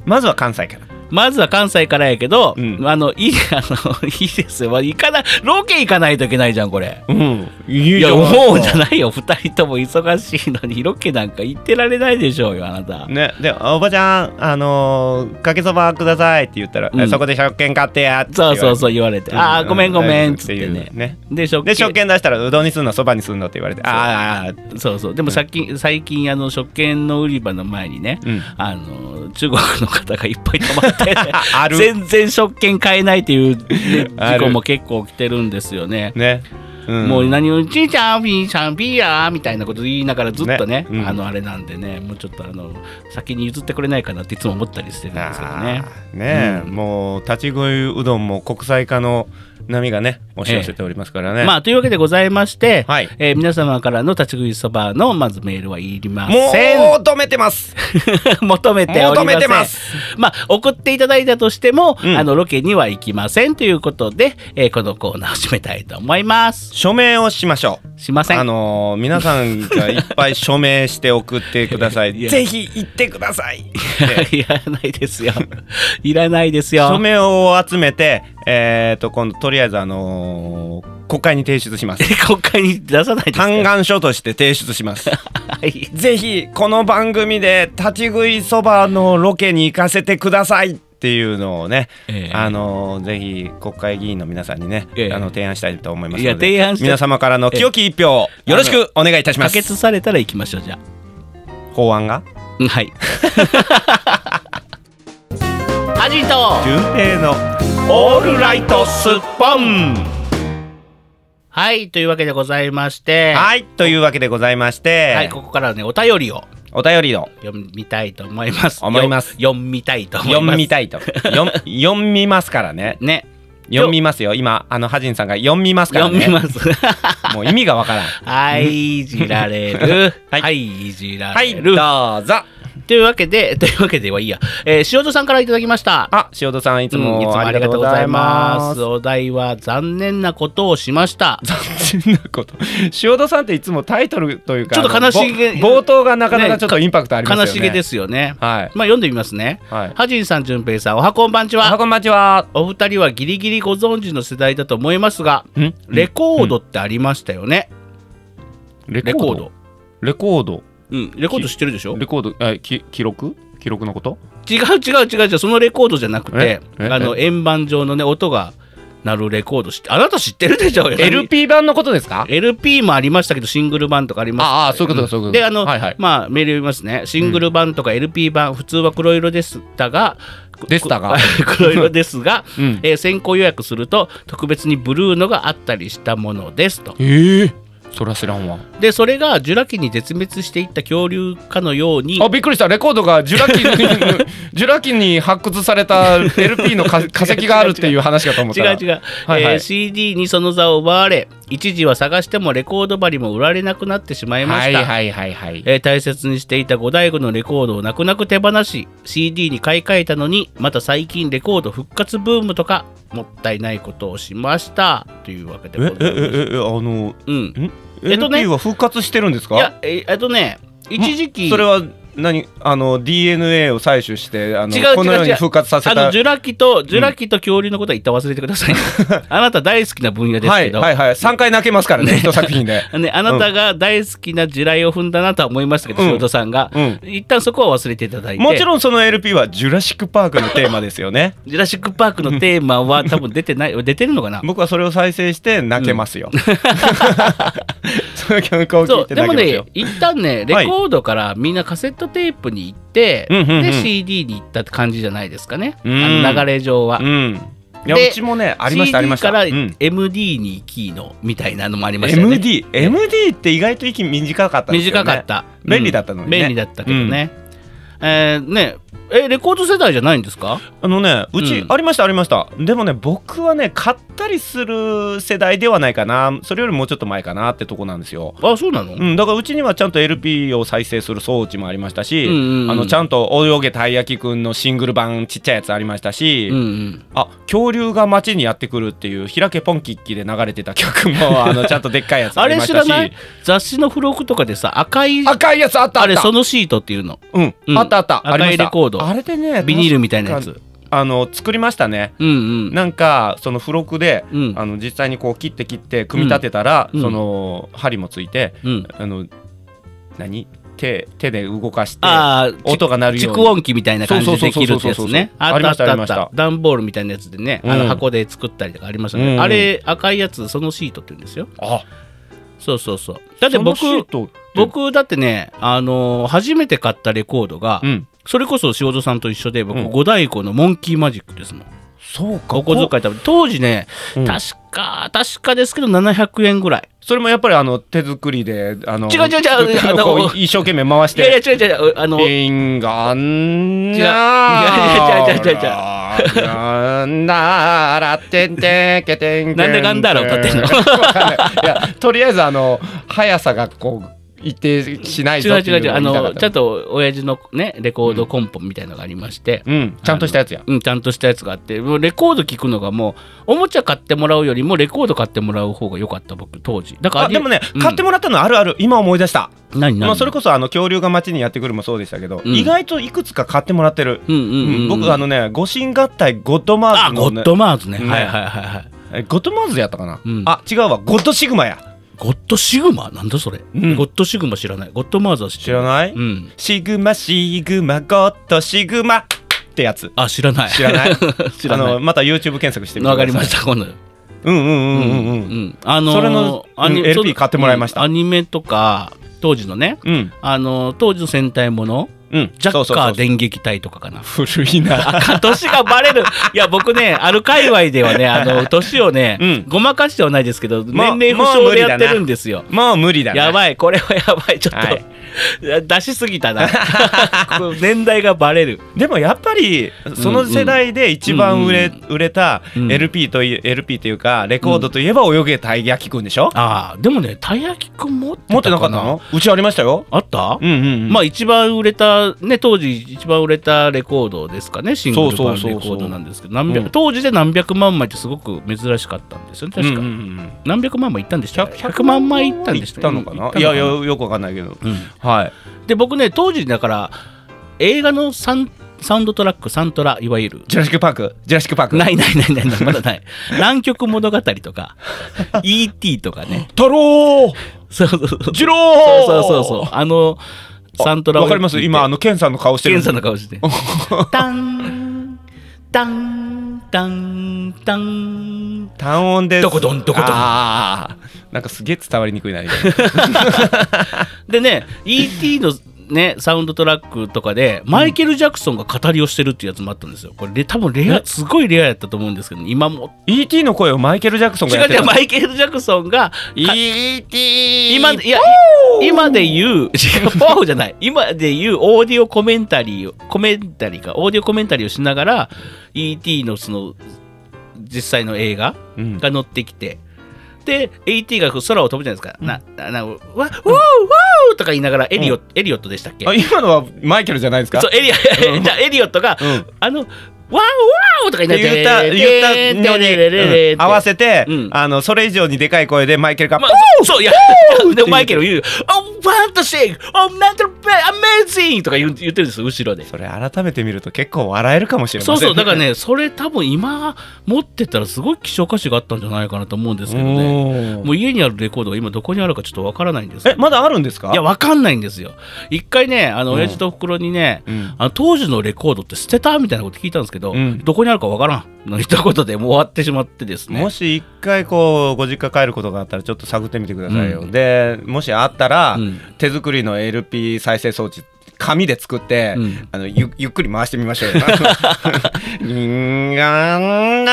Speaker 1: まずは関西から
Speaker 2: まずは関西からやけど、
Speaker 1: うん
Speaker 2: あのいいあの *laughs* いいですよまあ行かないロケ行かないといけないじゃんこれ
Speaker 1: うんい
Speaker 2: いや
Speaker 1: 思
Speaker 2: 思う
Speaker 1: うん
Speaker 2: じ
Speaker 1: じ
Speaker 2: ゃ
Speaker 1: ゃない
Speaker 2: ないよ2人とも忙しいのにロケなんか行ってられないでしょうよあなた
Speaker 1: ね、でおばちゃん、あのーかけそばくださいって言ったら、
Speaker 2: うん
Speaker 1: えそこで食券買ってやって言
Speaker 2: そ
Speaker 1: わ
Speaker 2: う
Speaker 1: れて
Speaker 2: そうそう言われて「ああごめんごめん」っつっ
Speaker 1: う
Speaker 2: て
Speaker 1: いう
Speaker 2: ねで食
Speaker 1: で
Speaker 2: 券
Speaker 1: 食券出したらうどんにすんのそばにすんのって言われてあーあーあ
Speaker 2: そうそうでも最近,、最近あの食券の売り場の前にね、
Speaker 1: ーうん
Speaker 2: あの中国の方がいっぱい泊まって
Speaker 1: あ *laughs* ある
Speaker 2: 全然食券買えないっていうね、
Speaker 1: *laughs* あ
Speaker 2: 事
Speaker 1: る
Speaker 2: 故も結構起きてるんですよね。
Speaker 1: ね、うん
Speaker 2: もう何を「ちいちゃんピーちゃんピーやー」みたいなこと言いながらずっとね
Speaker 1: ねうん
Speaker 2: あのあれなんでねもうちょっとあの先に譲ってくれないかなっていつも思ったりしてるんですけどね
Speaker 1: あ。ーねえ
Speaker 2: うん
Speaker 1: もう立ち食いうどんも国際化の波がね押し寄せておりますからね、
Speaker 2: まあというわけでございまして、
Speaker 1: はい
Speaker 2: えー皆様からの立ち食いそばのまずメールはいりません。
Speaker 1: もう止めてます
Speaker 2: *laughs* 求めてお
Speaker 1: 求
Speaker 2: りません
Speaker 1: めてます
Speaker 2: まあ送っていただいたとしても、
Speaker 1: うん
Speaker 2: あのロケには行きませんということで、えーこのコーナーを締めたいと思います
Speaker 1: 署名をしましょう
Speaker 2: しません
Speaker 1: あのー皆さんがいっぱい署名して送ってくださ
Speaker 2: *laughs* い
Speaker 1: い
Speaker 2: や
Speaker 1: ぜひ行ってくださ
Speaker 2: *laughs*
Speaker 1: いで
Speaker 2: *laughs* いらないですよいらないで
Speaker 1: 署
Speaker 2: すよ
Speaker 1: 名を集めてえっ、と今度とりあえずあのー国会に提出し
Speaker 2: *laughs*
Speaker 1: ます
Speaker 2: 国会に出さないです
Speaker 1: 嘆
Speaker 2: か
Speaker 1: 願書として提出します
Speaker 2: はい
Speaker 1: ぜひこの番組で立ち食いそばのロケに行かせてくださいっていうのをね、
Speaker 2: ええ
Speaker 1: あのーぜひ国会議員の皆さんにね、
Speaker 2: ええ
Speaker 1: あの提案したいと思いますので
Speaker 2: いや提案して
Speaker 1: 皆様からの清き一票をよろしくお願いいたしま
Speaker 2: 可
Speaker 1: す、
Speaker 2: 決されたら行きましょうじゃ
Speaker 1: 法案が
Speaker 2: あう
Speaker 1: *laughs*
Speaker 2: んはいアジト
Speaker 1: 純平の
Speaker 2: オールライトスッポンはいというわけでございまして
Speaker 1: はいというわけでございまして、
Speaker 2: はい、ここからはねお便りを
Speaker 1: お便りの
Speaker 2: 読みたいと思います。
Speaker 1: 思います
Speaker 2: よ。読みたいと思います。
Speaker 1: 読みたいと読読みますから
Speaker 2: *laughs*
Speaker 1: ね
Speaker 2: ね。
Speaker 1: 読みますよ今あのハジンさんが読みますから
Speaker 2: 読
Speaker 1: ね *laughs*
Speaker 2: みます。
Speaker 1: もう意味がわからん
Speaker 2: はい、いじられる。は、
Speaker 1: はいい
Speaker 2: い、じら
Speaker 1: はい
Speaker 2: れ
Speaker 1: ど
Speaker 2: る、
Speaker 1: うぞ
Speaker 2: というわけで、 *laughs* というわけではいいや。えー、塩戸さんからいただきました。
Speaker 1: あ塩戸さんいつも,、
Speaker 2: うんいつもありがとうございます。
Speaker 4: *laughs*
Speaker 2: お題は残念なことをしました。
Speaker 1: そんなこと塩戸さんっていつもタイトルというか
Speaker 2: ちょっと悲しげ
Speaker 1: あのぼ冒頭がなかなかちょっとインパクトありますよ
Speaker 2: 悲
Speaker 1: ね
Speaker 2: しげですすよね。
Speaker 1: はい
Speaker 2: まあ読んでみますね。
Speaker 1: はい
Speaker 2: はじんさん、じゅんぺいさん、おはこんばんち
Speaker 1: おは
Speaker 2: は。
Speaker 1: こんばんちは
Speaker 2: お二人はギリギリご存知の世代だと思いますが、
Speaker 1: ん
Speaker 2: レコードってありましたよね。
Speaker 4: レ
Speaker 2: レコード。
Speaker 4: レコード
Speaker 2: うん、レコード知ってるでしょ
Speaker 4: レコードえき記録記録のこと
Speaker 2: 違う違う違う違う、そのレコードじゃなくて、
Speaker 4: ええ
Speaker 2: あの、円盤状のね、音が鳴るレコード知って、あなた知ってるでしょ
Speaker 4: LP 版のことですか
Speaker 2: LP もありましたけど、シングル版とかありました
Speaker 4: ああそういうことだそういうことだ
Speaker 2: で、あの、
Speaker 4: はいはい
Speaker 2: まあ、メール読みますね。シングル版とか LP 版、普通は黒色でしたが、
Speaker 4: でしたが
Speaker 2: *laughs* 黒色ですが、
Speaker 4: *laughs* うん
Speaker 2: えー先行予約すると、特別にブルーのがあったりしたものですと。
Speaker 4: ええそら知らんわ
Speaker 2: で、それがジュラ紀に絶滅していった恐竜かのように、
Speaker 4: あびっくりしたレコードがジュラ紀に *laughs* ジュラ紀に発掘された LP のか化石があるっていう話かと思っ
Speaker 2: 違
Speaker 4: たら
Speaker 2: う違う、
Speaker 4: はいはい
Speaker 2: えー CD にその座を奪われ一時は探してもレコード針も売られなくなってしまいま
Speaker 4: は
Speaker 2: し
Speaker 4: い
Speaker 2: た、
Speaker 4: はいはいはい
Speaker 2: えー大切にしていた五大悟のレコードを泣く泣く手放し CD に買い替えたのにまた最近レコード復活ブームとかもったいないことをしましたというわけで
Speaker 1: ええ
Speaker 2: ございます
Speaker 1: ええあの
Speaker 2: うんえっとね
Speaker 1: LP は復活してるんです
Speaker 2: い
Speaker 1: か、
Speaker 2: やえーえっとね一時期
Speaker 1: それは何あの DNA を採取してあの
Speaker 2: 違う違う
Speaker 1: このよう
Speaker 2: 違
Speaker 1: に
Speaker 2: う
Speaker 1: 復活させ
Speaker 2: あ
Speaker 1: た
Speaker 2: のジュラ紀とジュラ紀と恐竜のことは一旦忘れてくだ
Speaker 1: *laughs*
Speaker 2: さい、あなた大好きな分野です
Speaker 1: は
Speaker 2: け
Speaker 1: い
Speaker 2: ど、
Speaker 1: はいはい3回泣けますからね一作品で
Speaker 2: ね、あ *laughs* なたが大好きな地雷を踏んだなとは思いましたけど、
Speaker 1: うん
Speaker 2: 塩田さんが、
Speaker 1: うん
Speaker 2: 一旦そこは忘れていただいて
Speaker 1: もちろんその LP はジュラシック・パークのテーマですよね
Speaker 2: *laughs* ジュラシック・パークのテーマは多分出てな
Speaker 1: *laughs*
Speaker 2: い出てるのかな
Speaker 1: 僕はそれを再生して泣けますよ、 *laughs* その曲を聴
Speaker 2: そ
Speaker 1: いうて
Speaker 2: で
Speaker 1: 泣
Speaker 2: も
Speaker 1: けます
Speaker 2: ね
Speaker 1: よ
Speaker 2: 一旦ね
Speaker 1: は
Speaker 2: レ
Speaker 1: い
Speaker 2: コードからみんなカセットテープに行って、
Speaker 1: うんうんうん
Speaker 2: で CD に行ったって感じじゃないですかね、
Speaker 1: うん
Speaker 2: あの流れ上は、
Speaker 1: うんい
Speaker 2: で
Speaker 1: やうちもねありましたありました、う
Speaker 2: CD
Speaker 1: ん
Speaker 2: から MD に行きのみたいなのもありましたよね
Speaker 1: MD MD って意外と息短かったんですよね
Speaker 2: 短かった、うん
Speaker 1: 便利だったのにね
Speaker 2: 便利だったけどね、えーねえレコード世代じゃないんですか
Speaker 1: あのねう
Speaker 2: う
Speaker 1: ち
Speaker 2: ん
Speaker 1: ありましたありました、でもね僕はね買ったりする世代ではないかなそれよりもうちょっと前かなってとこなんですよ
Speaker 2: あそうなの、
Speaker 1: うん、だからうちにはちゃんと LP を再生する装置もありましたし、
Speaker 2: うんうんうん
Speaker 1: あのちゃんと「泳げたい焼きくん」のシングル版ちっちゃいやつありましたし、
Speaker 2: うんうん
Speaker 1: あ恐竜が街にやってくるっていう「開けポンキッキ」で流れてた曲
Speaker 2: *laughs*
Speaker 1: もあのちゃんとでっかいやつ
Speaker 2: あ
Speaker 1: あり
Speaker 2: れ
Speaker 1: まし
Speaker 2: 知
Speaker 1: た
Speaker 2: ら
Speaker 1: し
Speaker 2: ない雑誌の付録とかでさ赤い
Speaker 1: 赤いやつあったあ
Speaker 2: あ
Speaker 1: った
Speaker 2: れそのシートっていうの
Speaker 1: うん
Speaker 2: うん
Speaker 1: あったあったありま
Speaker 2: 赤い
Speaker 1: した
Speaker 2: レコード
Speaker 1: あれでね
Speaker 2: ビニールみたいなや
Speaker 1: 確
Speaker 2: つ
Speaker 1: かあの作りましたね
Speaker 2: うんうん
Speaker 1: なんかその付録で、
Speaker 2: うん
Speaker 1: あの実際にこう切って切って組み立てたら、
Speaker 2: うん
Speaker 1: その針もついて
Speaker 2: うん
Speaker 1: あの何手手で動かして
Speaker 2: ああ
Speaker 1: 音が鳴るよう
Speaker 2: 蓄
Speaker 1: に
Speaker 2: 音機みたいな感じでできるってやつ
Speaker 1: そうそうそうそうそう
Speaker 2: ね
Speaker 1: あ
Speaker 2: あっ
Speaker 1: り
Speaker 2: た
Speaker 1: ま
Speaker 2: あっ
Speaker 1: した
Speaker 2: た
Speaker 1: あり
Speaker 2: あっ
Speaker 1: ました
Speaker 2: た段ボールみたいなやつでねあ
Speaker 1: う
Speaker 2: の
Speaker 1: ん
Speaker 2: 箱で作ったりとかありました
Speaker 1: う
Speaker 2: ね
Speaker 1: ん
Speaker 2: あれ赤いやつそのシートって言うんですよ
Speaker 1: あ
Speaker 2: そうそうそうだって僕
Speaker 1: そのシートって
Speaker 2: 僕だってねあのー初めて買ったレコードが
Speaker 1: うん
Speaker 2: それこそ塩戸さんと一緒で僕
Speaker 1: うん
Speaker 2: 五大湖のモンキーマジックですもん
Speaker 1: そうか
Speaker 2: お小遣い多分当時ね
Speaker 1: うん
Speaker 2: 確か確かですけど700円ぐらい
Speaker 1: それもやっぱりあの手作りで *laughs* あの
Speaker 2: 違う違う違う
Speaker 1: 手のこう一生懸命回し
Speaker 2: いやいや
Speaker 1: て
Speaker 2: 違う違うあの
Speaker 1: リンガン
Speaker 2: 違
Speaker 1: ナ
Speaker 2: ういやいや違う違う違う違う
Speaker 1: なんだらてんてんけてんけ
Speaker 2: なんでガンダーラ歌ってんの
Speaker 1: わかんないいやとりあえずあの速さがこう一定しない
Speaker 2: 違
Speaker 1: ぞ
Speaker 2: う
Speaker 1: ってい
Speaker 2: 違う違うあ
Speaker 1: うのを言いたか
Speaker 2: の
Speaker 1: った
Speaker 2: ちゃんと親父のねレコードコンポみたいのがありまして、
Speaker 1: うんちゃんとしたやつや
Speaker 2: うん、ちゃんとしたやつがあってもうレコード聞くのがもうおもちゃ買ってもらうよりもレコード買ってもらう方が良かった僕当時だから
Speaker 1: あでもね、
Speaker 2: うん
Speaker 1: 買ってもらったのあるある今思い出した
Speaker 2: 何何、
Speaker 1: まあ、それこそあの恐竜が街にやってくるもそうでしたけど、
Speaker 2: うん
Speaker 1: 意外といくつか買ってもらってる、
Speaker 2: うんうんうん、うん、
Speaker 1: 僕あのね五神合体ゴッドマー
Speaker 2: あ
Speaker 1: ズ
Speaker 2: ゴ
Speaker 1: の、
Speaker 2: ッ
Speaker 1: ね、
Speaker 2: ドマーズね
Speaker 1: うん
Speaker 2: はいはいはいはい
Speaker 1: えゴッドマーズやったかな、
Speaker 2: うん
Speaker 1: あ違うわゴッドシグマや
Speaker 2: ゴッドシグマなんだそれ、
Speaker 1: うん
Speaker 2: ゴッドシグマ知らないゴッドマーズは知って
Speaker 1: 知
Speaker 2: る
Speaker 1: らない、
Speaker 2: うん
Speaker 1: シグマシグマゴッドシグマってやつ
Speaker 2: あ知らない
Speaker 1: 知らない
Speaker 2: *laughs* 知らない
Speaker 1: あのまた YouTube 検索してみて
Speaker 2: *laughs* わかりましたた今度
Speaker 1: うんうんうんうんう
Speaker 2: うんんあのー
Speaker 1: それの
Speaker 2: アニ
Speaker 1: うん LP
Speaker 2: そう
Speaker 1: 買ってもらいました
Speaker 2: うんアニメとか当時のね
Speaker 1: うん
Speaker 2: あのー当時の戦隊もの
Speaker 1: うん
Speaker 2: ジャ
Speaker 1: そう
Speaker 2: ッ
Speaker 1: そう
Speaker 2: カ
Speaker 1: そう
Speaker 2: ー電撃隊とかかな。
Speaker 1: 古い
Speaker 2: *laughs*
Speaker 1: な
Speaker 2: あ年がバレる。いや、僕ね、ある界隈ではね、
Speaker 1: *laughs*
Speaker 2: あの、年をね、
Speaker 1: うん
Speaker 2: ごまかしてはないですけど、
Speaker 1: ま
Speaker 2: 年齢不
Speaker 1: もう
Speaker 2: 詳
Speaker 1: 無
Speaker 2: で
Speaker 1: 理だな
Speaker 2: やってるんですよ。
Speaker 1: もう無理だな
Speaker 2: やばい、これはやばい、ちょっと、
Speaker 1: はい
Speaker 2: 出しすぎた
Speaker 1: *laughs*
Speaker 2: な。こう年代がバレる。
Speaker 1: でもやっぱりその世代で一番売れ,、売れた
Speaker 2: うん
Speaker 1: LP とい LP というかレコードといえば泳げたい焼きくんでしょ、
Speaker 2: ああ、でもね、たい焼きくん持ってた
Speaker 1: 持ってなかったのうちありましたよ
Speaker 2: あった、
Speaker 1: うんうん、うん、
Speaker 2: まあ一番売れたね当時一番売れたレコードですかねシングル
Speaker 1: そ
Speaker 2: 版
Speaker 1: うそうそうそう
Speaker 2: レコードなんですけど何百
Speaker 1: うん
Speaker 2: 当時で何百万枚ってすごく珍しかったんですよね確か、
Speaker 1: うんうんうん
Speaker 2: 何百万枚いったんでしたっ
Speaker 1: 100
Speaker 2: け
Speaker 1: 100
Speaker 2: 100万枚いったんでした
Speaker 1: 行ったのかな
Speaker 2: 行った
Speaker 1: い
Speaker 2: の
Speaker 1: や
Speaker 2: か
Speaker 1: いやよくわかんないけど、
Speaker 2: うん
Speaker 1: はい
Speaker 2: で僕ね当時だから映画のサンサウンドトラックサントラいわ
Speaker 1: *laughs*
Speaker 2: ゆる
Speaker 1: ジュラシック・パークジュラシック・パーク
Speaker 2: ないないないないないまだない南極物語とか E.T. とか
Speaker 1: *laughs*
Speaker 2: ね
Speaker 1: 太郎
Speaker 2: そうそうそう
Speaker 1: ジロー
Speaker 2: そうそうそうそうあのサントラを
Speaker 1: わかります今あのケンさんの顔してる
Speaker 2: ケンさんの顔して
Speaker 1: *laughs*
Speaker 2: タンタンタンタン
Speaker 1: 単音です
Speaker 2: どこどんどこどん
Speaker 1: あーなんかすげえ伝わりにくいな
Speaker 2: でね E.T. のね、サウンドトラックとかでマイケル・ジャクソンが語りをしてるっていうやつもあったんですよ。これで多分レアすごいレアやったと思うんですけど今も
Speaker 1: E.T. の声をマイケル・ジャクソンが
Speaker 2: 違
Speaker 1: やっ
Speaker 2: う
Speaker 1: て
Speaker 2: 違
Speaker 1: る
Speaker 2: うマイケル・ジャクソンが
Speaker 1: E.T.
Speaker 2: 今いや今で言う違うポーじゃない今で言うオーディオコメンタリーをコメンタリーかオーディオコメンタリーをしながら E.T. のその実際の映画
Speaker 1: うん
Speaker 2: が乗ってきて、で E.T. が空を飛ぶじゃないですか、なななわわうわうとか言いながらエリオ,、エリオットでしたっけ
Speaker 1: あ今のはマイケルじゃないですか
Speaker 2: そうエリオ *laughs* じゃあエリオットが、
Speaker 1: うん
Speaker 2: あのワンワオとか言いながら
Speaker 1: 言った言ったのにうん合わ
Speaker 2: せ
Speaker 1: せて
Speaker 2: うん
Speaker 1: あのそれ以上にでかい声でマイケルが
Speaker 2: まあ、そういや、 *laughs* でもマイケル言う、Oh, fantastic! Oh, mental amazing! とか言う言ってるんですよ、後ろで。
Speaker 1: それ改めて見ると結構笑えるかもしれませ
Speaker 2: そ
Speaker 1: ん
Speaker 2: うそう、だからね、それ多分今持ってたらすごい希少価値があったんじゃないかなと思うんですけどね。
Speaker 1: おー
Speaker 2: もう家にあるレコードが今どこにあるかちょっとわからないんですけ
Speaker 1: え
Speaker 2: ど
Speaker 1: まだあるんですか
Speaker 2: いや、わかんないんですよ。一回ね、あの、
Speaker 1: うん
Speaker 2: 親父と袋にね、
Speaker 1: うん
Speaker 2: あの当時のレコードって捨てたみたいなこと聞いたんですけど、
Speaker 1: うん
Speaker 2: どこにあるかわからんの一言でもう終わってしまってですね
Speaker 1: もし一回こうご実家帰ることがあったらちょっと探ってみてくださいよ、
Speaker 2: う
Speaker 1: でもしあったら、
Speaker 2: うん
Speaker 1: 手作りの LP 再生装置紙で作って、
Speaker 2: うん
Speaker 1: あのゆゆっくり回してみましょう
Speaker 2: *laughs*
Speaker 1: よ。ギンガンガ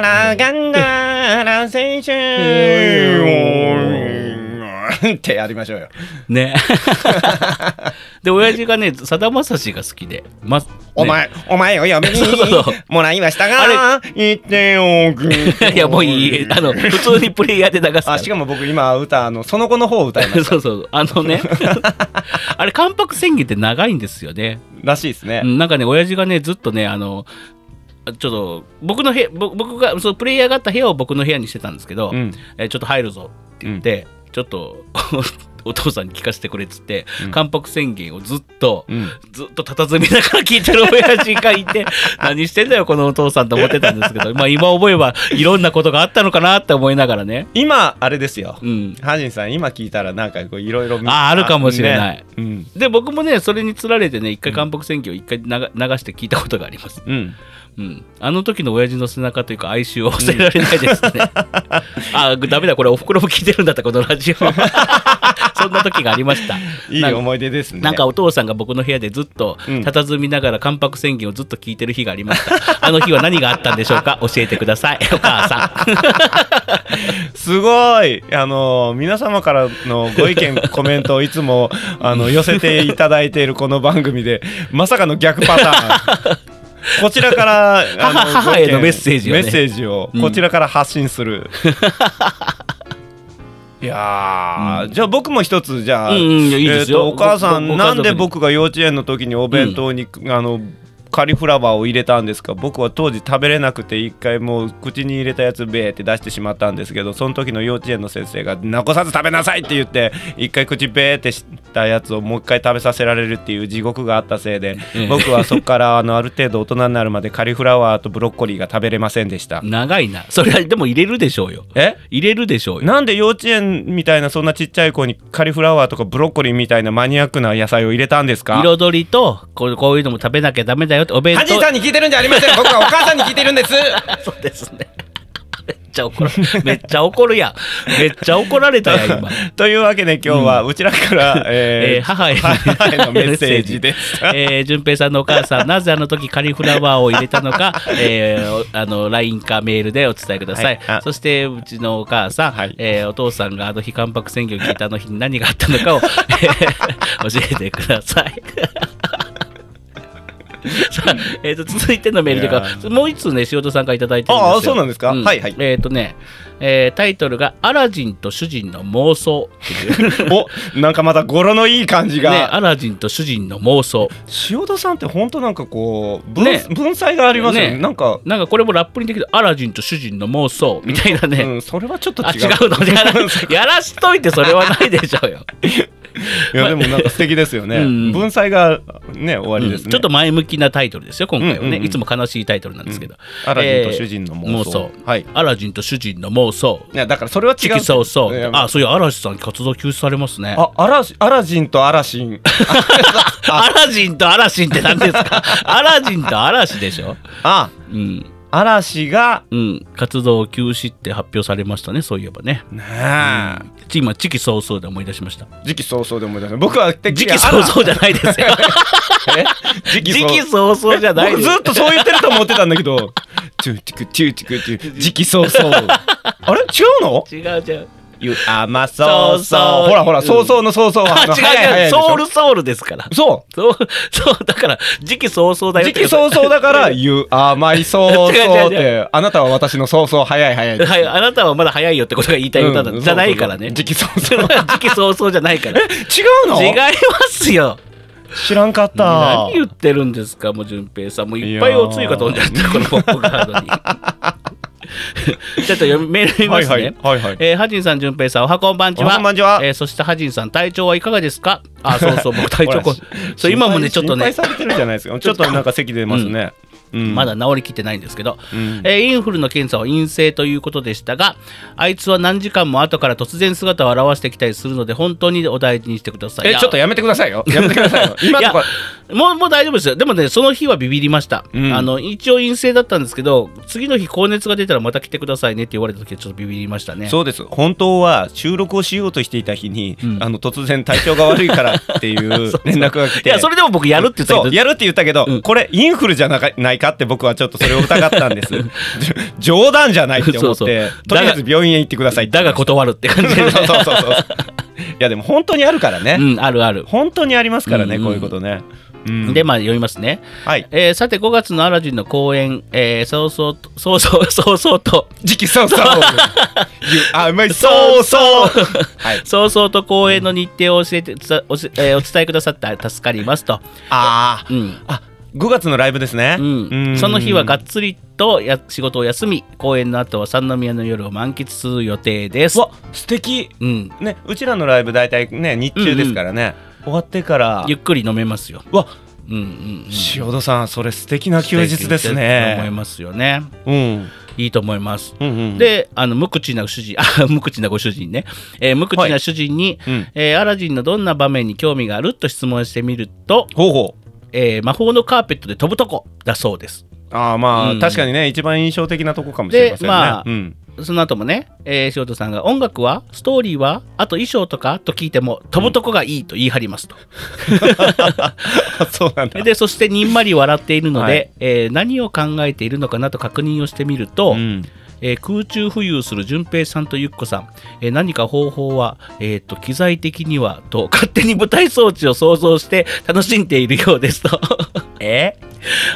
Speaker 1: ラガンガラ青春ってやりましょうよ。
Speaker 2: ね *laughs* で親父がねさだまさしが好きで、まね
Speaker 1: お前、お前を嫁に
Speaker 2: そうそうそう
Speaker 1: もらいましたが言っておく
Speaker 2: *laughs* いやもういいあの普通にプレイヤーで流すから
Speaker 1: あしかも僕今歌あのその後の方を歌います
Speaker 2: そうそうそうあのね *laughs* あれ関白宣言って長いんですよね
Speaker 1: らしいですね
Speaker 2: う。んなんかね親父がねずっとねあのちょっと僕の部屋ぼ僕がそのプレイヤーがあった部屋を僕の部屋にしてたんですけど、
Speaker 1: うん
Speaker 2: えーちょっと入るぞって言って、ちょっと *laughs* お父さんに聞かせてくれっつって、
Speaker 1: ん
Speaker 2: 関白宣言をずっと、
Speaker 1: うん
Speaker 2: ずっと佇みながら聞いてる親父が
Speaker 1: *laughs*
Speaker 2: いて何してんだよこのお父さんと思ってたんですけどまあ今思えばいろんなことがあったのかなって思いながらね
Speaker 1: 今あれですよ
Speaker 2: う。ん
Speaker 1: ハジンさん今聞いたらなんかこういろいろ見
Speaker 2: ああるかもしれない
Speaker 1: ねうん
Speaker 2: で僕もねそれにつられてね一回韓国選挙を一回流流して聞いたことがあります、
Speaker 1: うん。
Speaker 2: うん、あの時の親父の背中というか哀愁を忘れられないですね、
Speaker 1: *laughs*
Speaker 2: あダメだこれおふくろも聞いてるんだったこのラジオ *laughs* そんな時がありました
Speaker 1: いい
Speaker 2: なんか
Speaker 1: 思い出ですね。
Speaker 2: なんかお父さんが僕の部屋でずっと
Speaker 1: うん
Speaker 2: 佇みながら関白宣言をずっと聞いてる日がありました。あの日は何があったんでしょう
Speaker 1: *laughs*
Speaker 2: か教えてください。お母さん。
Speaker 1: すごいあの皆様からのご意
Speaker 2: *laughs*
Speaker 1: 見コメントをいつもあの寄せていただいているこの番組でまさかの逆パタ
Speaker 2: *laughs*
Speaker 1: ーンこちらからあ
Speaker 2: 母母への
Speaker 1: ご意見
Speaker 2: メッセージをね
Speaker 1: メッセージを
Speaker 2: うん
Speaker 1: こちらから発信す
Speaker 2: *laughs*
Speaker 1: る、いやー、じゃあ僕も一つじゃあ、
Speaker 2: うんうんいいですよ
Speaker 1: えーとお母さん
Speaker 2: ごごご家
Speaker 1: な
Speaker 2: 族に
Speaker 1: んで僕が幼稚園の時にお弁当に、あのカリフラワーを入れたんですか僕は当時食べれなくて一回もう口に入れたやつべーって出してしまったんですけどその時の幼稚園の先生が「残さず食べなさい!」って言って一回口べーってしたやつをもう一回食べさせられるっていう地獄があったせいで
Speaker 2: ええ
Speaker 1: 僕はそこからあのある程度大人になるまでカリフラワーとブロッコリーが食べれませんでした。
Speaker 2: 長いな。それはでも入れるでしょうよ。
Speaker 1: え
Speaker 2: 入れるでしょうよ。
Speaker 1: なんで幼稚園みたいなそんなちっちゃい子にカリフラワーとかブロッコリーみたいなマニアックな野菜を入れたんですか
Speaker 2: 彩りとこうこういうのも食べなきゃダメだよってお弁
Speaker 1: ハジ
Speaker 2: 当
Speaker 1: ンさんに聞いてるんじゃありません僕はお母さんに聞いてるんです
Speaker 2: そうですね *laughs* めっちゃ怒るめっちゃ怒るやんめっちゃ怒られたやん今
Speaker 1: *laughs* というわけで今日はうちら
Speaker 2: *laughs*
Speaker 1: から、
Speaker 2: え
Speaker 1: えー
Speaker 2: ー母への
Speaker 1: 母へのメッセージです
Speaker 2: えー、順平さんのお母さん、なぜあの時カリフラワーを入れたのか、えー、おあの LINE かメールでお伝えください。
Speaker 1: はいあ
Speaker 2: そして、うちのお母さん、
Speaker 1: はい
Speaker 2: えーお父さんがあの日、関白宣言を聞いたあの日に何があったのかを、えー教えてください。 *laughs* さあえー、と続いてのメールという
Speaker 1: いや
Speaker 2: か、もう一通ね、塩田さんからいただいてるんですよ。
Speaker 1: ああそうなんですかはいはい
Speaker 2: えっ、とね、えータイトルが、アラジンと主人の妄想っていう。
Speaker 1: *laughs* おなんかまた語呂のいい感じ
Speaker 2: ね、
Speaker 1: が、
Speaker 2: アラジンと主人の妄想
Speaker 1: 塩田さんって本当なんかこう文,、
Speaker 2: ね
Speaker 1: 文才がありますよね
Speaker 2: ね
Speaker 1: なんか、
Speaker 2: なんかこれもラップにできるアラジンと主人の妄想みたいな
Speaker 1: *laughs*
Speaker 2: ね、
Speaker 1: うん、それはちょっと
Speaker 2: あ
Speaker 1: 違
Speaker 2: 違
Speaker 1: う *laughs*
Speaker 2: うのやらやらしといてそれはないでしょうよ
Speaker 1: いやでもなんか素敵ですよね、
Speaker 2: うん
Speaker 1: 文才がね終わりですね、
Speaker 2: うんちょっと前向きなタイトルですよ今回はね、
Speaker 1: うんうんうん
Speaker 2: いつも悲しいタイトルなんですけど、
Speaker 1: アラジンと主人の
Speaker 2: えー
Speaker 1: 妄
Speaker 2: 妄
Speaker 1: 想
Speaker 2: 想,、
Speaker 1: はい
Speaker 2: アラジンと主人の妄想
Speaker 1: いやだからそれは違
Speaker 2: チ
Speaker 1: う
Speaker 2: キソーソ
Speaker 1: いや
Speaker 2: ー
Speaker 1: まあ
Speaker 2: あそういう嵐さん活動休止されますね
Speaker 1: あアラジアラジンとアラシ
Speaker 2: *laughs*
Speaker 1: ン
Speaker 2: アラジンと嵐って何で
Speaker 1: *laughs*
Speaker 2: すかアラジンと嵐でしょ
Speaker 1: あ
Speaker 2: うん
Speaker 1: 嵐が
Speaker 2: うん活動休止って発表されましたねそういえばね
Speaker 1: ね
Speaker 2: ち今チキソーソーで思い出しました
Speaker 1: え時期早々で思い出す僕はてっきり
Speaker 2: 時期尚早じゃないですよ
Speaker 1: アラえ時期
Speaker 2: *laughs* 時
Speaker 1: 早
Speaker 2: 期
Speaker 1: 々
Speaker 2: 尚早じゃない
Speaker 1: 僕
Speaker 2: で
Speaker 1: ず
Speaker 2: す
Speaker 1: っとそう言ってると思ってたんだけど「チューチクチューチクチュー時期早々」あれ違うの
Speaker 2: 違う違う
Speaker 1: ゆあま
Speaker 2: そ
Speaker 1: そうう
Speaker 2: そ
Speaker 1: そううほらほらそうそうのそうそうは
Speaker 2: あ
Speaker 1: あの早い
Speaker 2: 違う違
Speaker 1: 早
Speaker 2: う
Speaker 1: い
Speaker 2: ソウルソウルですから
Speaker 1: ルそ
Speaker 2: そう *laughs* そうだから時期尚早だ
Speaker 1: う
Speaker 2: よ
Speaker 1: 時期早々だから「ゆあまいそう
Speaker 2: 違う
Speaker 1: そう」っ
Speaker 2: 違う違
Speaker 1: てあなたは私のそうそう早い早いです
Speaker 2: はい、あなたはまだ早いよってことが言いたい歌だ、
Speaker 1: うん
Speaker 2: じゃないからね。
Speaker 1: そうそうそう時期
Speaker 2: そ
Speaker 1: 早
Speaker 2: *laughs* れ
Speaker 1: 々
Speaker 2: は時期尚早じゃないから。 *laughs* 違い
Speaker 1: 違うの
Speaker 2: ますよ。
Speaker 1: 知らんかった
Speaker 2: 何言ってるんですか、もう順平さん。もういっぱい
Speaker 1: いやー
Speaker 2: おつゆが飛んじゃった、このポップカ
Speaker 1: *laughs*
Speaker 2: ードに。ちょっと読みメール読みますね。
Speaker 1: はいはいはいはい
Speaker 2: えーハジンさん、順平さん、おはこんばんち
Speaker 1: お
Speaker 2: は。
Speaker 1: はこんばんちは
Speaker 2: えーそしてハジンさん、体調はいかがですかあ、そうそう、
Speaker 1: *laughs*
Speaker 2: 僕体調こ
Speaker 1: ほ
Speaker 2: そう、今もね、ちょ
Speaker 1: 心
Speaker 2: っと
Speaker 1: 配
Speaker 2: ね、
Speaker 1: されてるじゃないですかちょっとなんか咳出ますねうん
Speaker 2: まだ治りきってないんですけど、
Speaker 1: うん
Speaker 2: えーインフルの検査は陰性ということでしたがあいつは何時間も後から突然姿を現してきたりするので本当にお大事にしてくださいい
Speaker 1: え
Speaker 2: や
Speaker 1: ちょっとやめてくださいよやめてくださいよ今
Speaker 2: い
Speaker 1: の
Speaker 2: や
Speaker 1: とこ
Speaker 2: もうもう大丈夫ですよでもねその日はビビりました、
Speaker 1: うん
Speaker 2: あの一応陰性だったんですけど次の日高熱が出たらまた来てくださいねって言われた時はちょっとビビりましたね
Speaker 1: そうです本当は収録をしようとしていた日に、
Speaker 2: うん
Speaker 1: あの突然体調が悪いからって
Speaker 2: *laughs*
Speaker 1: いう連絡が来て
Speaker 2: やそれでも僕やるって言った
Speaker 1: そう
Speaker 2: けど
Speaker 1: やるって言ったけど、
Speaker 2: うん
Speaker 1: これインフルじゃなかないかって僕はちょっとそれを疑ったんですじょ *laughs* 冗談じゃないって思って
Speaker 2: そうそう
Speaker 1: とりあえず病院へ行ってくださいって
Speaker 2: だが断るって感じ
Speaker 1: *laughs*
Speaker 2: で、
Speaker 1: そうそうそうそういやでも本当にあるからね、
Speaker 2: うんあるある、
Speaker 1: 本当にありますからね、
Speaker 2: うんうん
Speaker 1: こういうことね、うん
Speaker 2: でまあ読みますね
Speaker 1: はい
Speaker 2: えーさて5月のアラジンの公演、えー、そうそうとそうそうそうそうと
Speaker 1: 時期
Speaker 2: *laughs*
Speaker 1: そうそう You are my
Speaker 2: そうそう
Speaker 1: はい
Speaker 2: そうそうと公演の日程を教えてつたおし、えーお伝えくださった助かりますと、
Speaker 1: あー
Speaker 2: うん
Speaker 1: あ5月のライブですね、
Speaker 2: うん、その日はがっつりとや仕事を休み公演の後は三宮の夜を満喫する予定です
Speaker 1: うわ素敵
Speaker 2: うん、
Speaker 1: ねうちらのライブ大体ね日中ですからね、終わってから
Speaker 2: ゆっくり飲めますよ、
Speaker 1: うわ
Speaker 2: うんうんうん、
Speaker 1: 塩戸さんそれ素敵な休日です
Speaker 2: 素敵だと思い
Speaker 1: ね
Speaker 2: ますよね
Speaker 1: うん
Speaker 2: いいと思います
Speaker 1: うんうん
Speaker 2: であの無口な主人あ *laughs* 無口なご主人ね、えー無口な主人に、
Speaker 1: うん
Speaker 2: えーアラジンのどんな場面に興味があると質問してみると、
Speaker 1: ほうほう
Speaker 2: えー魔法のカーペットで飛ぶとこだそうです
Speaker 1: ああまあ、
Speaker 2: うん
Speaker 1: 確かにね一番印象的なとこかもしれませんね、
Speaker 2: でまあ
Speaker 1: うん、 *laughs*
Speaker 2: その後もね、えー、塩田さんが音楽はストーリーはあと衣装とかと聞いても飛ぶとこがいいと言い張りますと、
Speaker 1: あそうなんだ
Speaker 2: でそしてにんまり笑っているので、
Speaker 1: はい
Speaker 2: えー何を考えているのかなと確認をしてみると、
Speaker 1: うん
Speaker 2: えー空中浮遊する順平さんとゆっこさん、えー何か方法は、えー、と機材的にはと *laughs* 勝手に舞台装置を想像して楽しんでいるようですと *laughs*
Speaker 1: え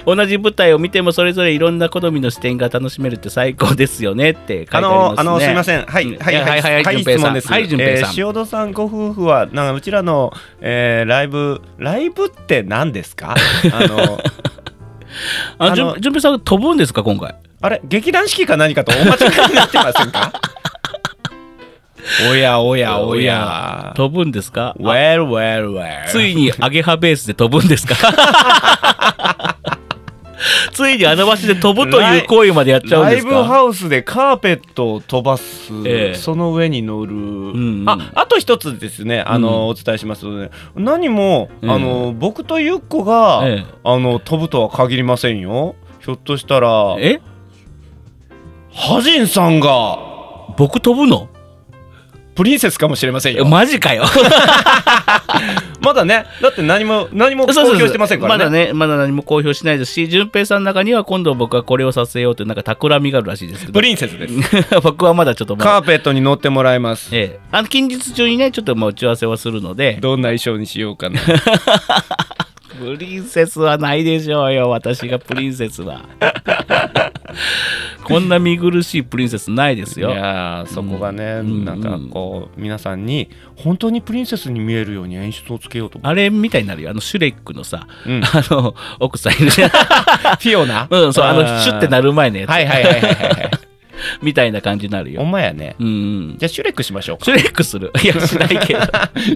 Speaker 2: 同じ舞台を見てもそれぞれいろんな好みの視点が楽しめるって最高ですよねって書いてあ
Speaker 1: あの
Speaker 2: りますね
Speaker 1: あのすいませんは
Speaker 2: う
Speaker 1: い
Speaker 2: ん
Speaker 1: はい
Speaker 2: いや
Speaker 1: はい
Speaker 2: はいはい順
Speaker 1: 質
Speaker 2: 平さん
Speaker 1: 問です
Speaker 2: はい順平さん
Speaker 1: えー塩戸さんご夫婦はなんかうちらの、えーライブライブって何ですかあ
Speaker 2: *laughs*
Speaker 1: の
Speaker 2: あ
Speaker 1: あの
Speaker 2: じゅん順平さん飛ぶんですか今回
Speaker 1: あれ劇団四季か何かとお間違いになってません
Speaker 2: *laughs*
Speaker 1: かおやおやおや
Speaker 2: 飛ぶんですかあ
Speaker 1: Well well well
Speaker 2: ついにアゲハベースで飛ぶ
Speaker 1: *laughs*
Speaker 2: んですかついにあの場所で飛ぶという行為までやっちゃうん
Speaker 1: ラ
Speaker 2: で
Speaker 1: イ
Speaker 2: す
Speaker 1: ブ
Speaker 2: か
Speaker 1: ハウスでカーペットを飛ばす、
Speaker 2: ええ
Speaker 1: その上に乗る、
Speaker 2: んうん
Speaker 1: ああと一つですねあの、お伝えしますとね何も、
Speaker 2: ええ
Speaker 1: あの僕とゆっこが、
Speaker 2: ええ
Speaker 1: あの飛ぶとは限りませんよひょっとしたら
Speaker 2: え
Speaker 1: ハジンさんが
Speaker 2: 僕飛ぶの
Speaker 1: プリンセスかもしれません
Speaker 2: え
Speaker 1: よま
Speaker 2: マジかよ
Speaker 1: だねだって何も何も公
Speaker 2: そうそう
Speaker 1: 表
Speaker 2: そう
Speaker 1: してませんか
Speaker 2: ま
Speaker 1: ら
Speaker 2: だ
Speaker 1: ね
Speaker 2: ねまだ何も公表しないですし順平さんの中には今度僕はこれをさせようというなんか企みがあるらしいですけど
Speaker 1: プリンセスです
Speaker 2: *laughs* 僕はまだちょっとまだ
Speaker 1: カーペットに乗ってもらいます
Speaker 2: ええ、あの近日中にねちょっとまあ打ち合わせはするので
Speaker 1: どんな衣装にしようかな
Speaker 2: プリンセスはないでしょうよ私がプリンセス
Speaker 1: *laughs*
Speaker 2: はこんな見苦しいプリンセスないです
Speaker 1: い
Speaker 2: よ
Speaker 1: やーそこがね、
Speaker 2: うん
Speaker 1: なんかこう皆さんに本当にプリンセスに見えるように演出をつけようと思
Speaker 2: あれみたいになるよあのシュレックのさ、
Speaker 1: うん
Speaker 2: あの
Speaker 1: *laughs*
Speaker 2: 奥さんいるじゃん
Speaker 1: フィオナ *laughs*
Speaker 2: うんそうあのシュッてな
Speaker 1: る
Speaker 2: る前のや
Speaker 1: *laughs*
Speaker 2: つ、
Speaker 1: はいはいはいはいはい
Speaker 2: みたいな感じになる
Speaker 1: ほ
Speaker 2: よ。
Speaker 1: んまやね
Speaker 2: うんうん。
Speaker 1: じゃあシュレックしましょうか
Speaker 2: シュレックする。いや、しない
Speaker 1: *laughs*
Speaker 2: けど。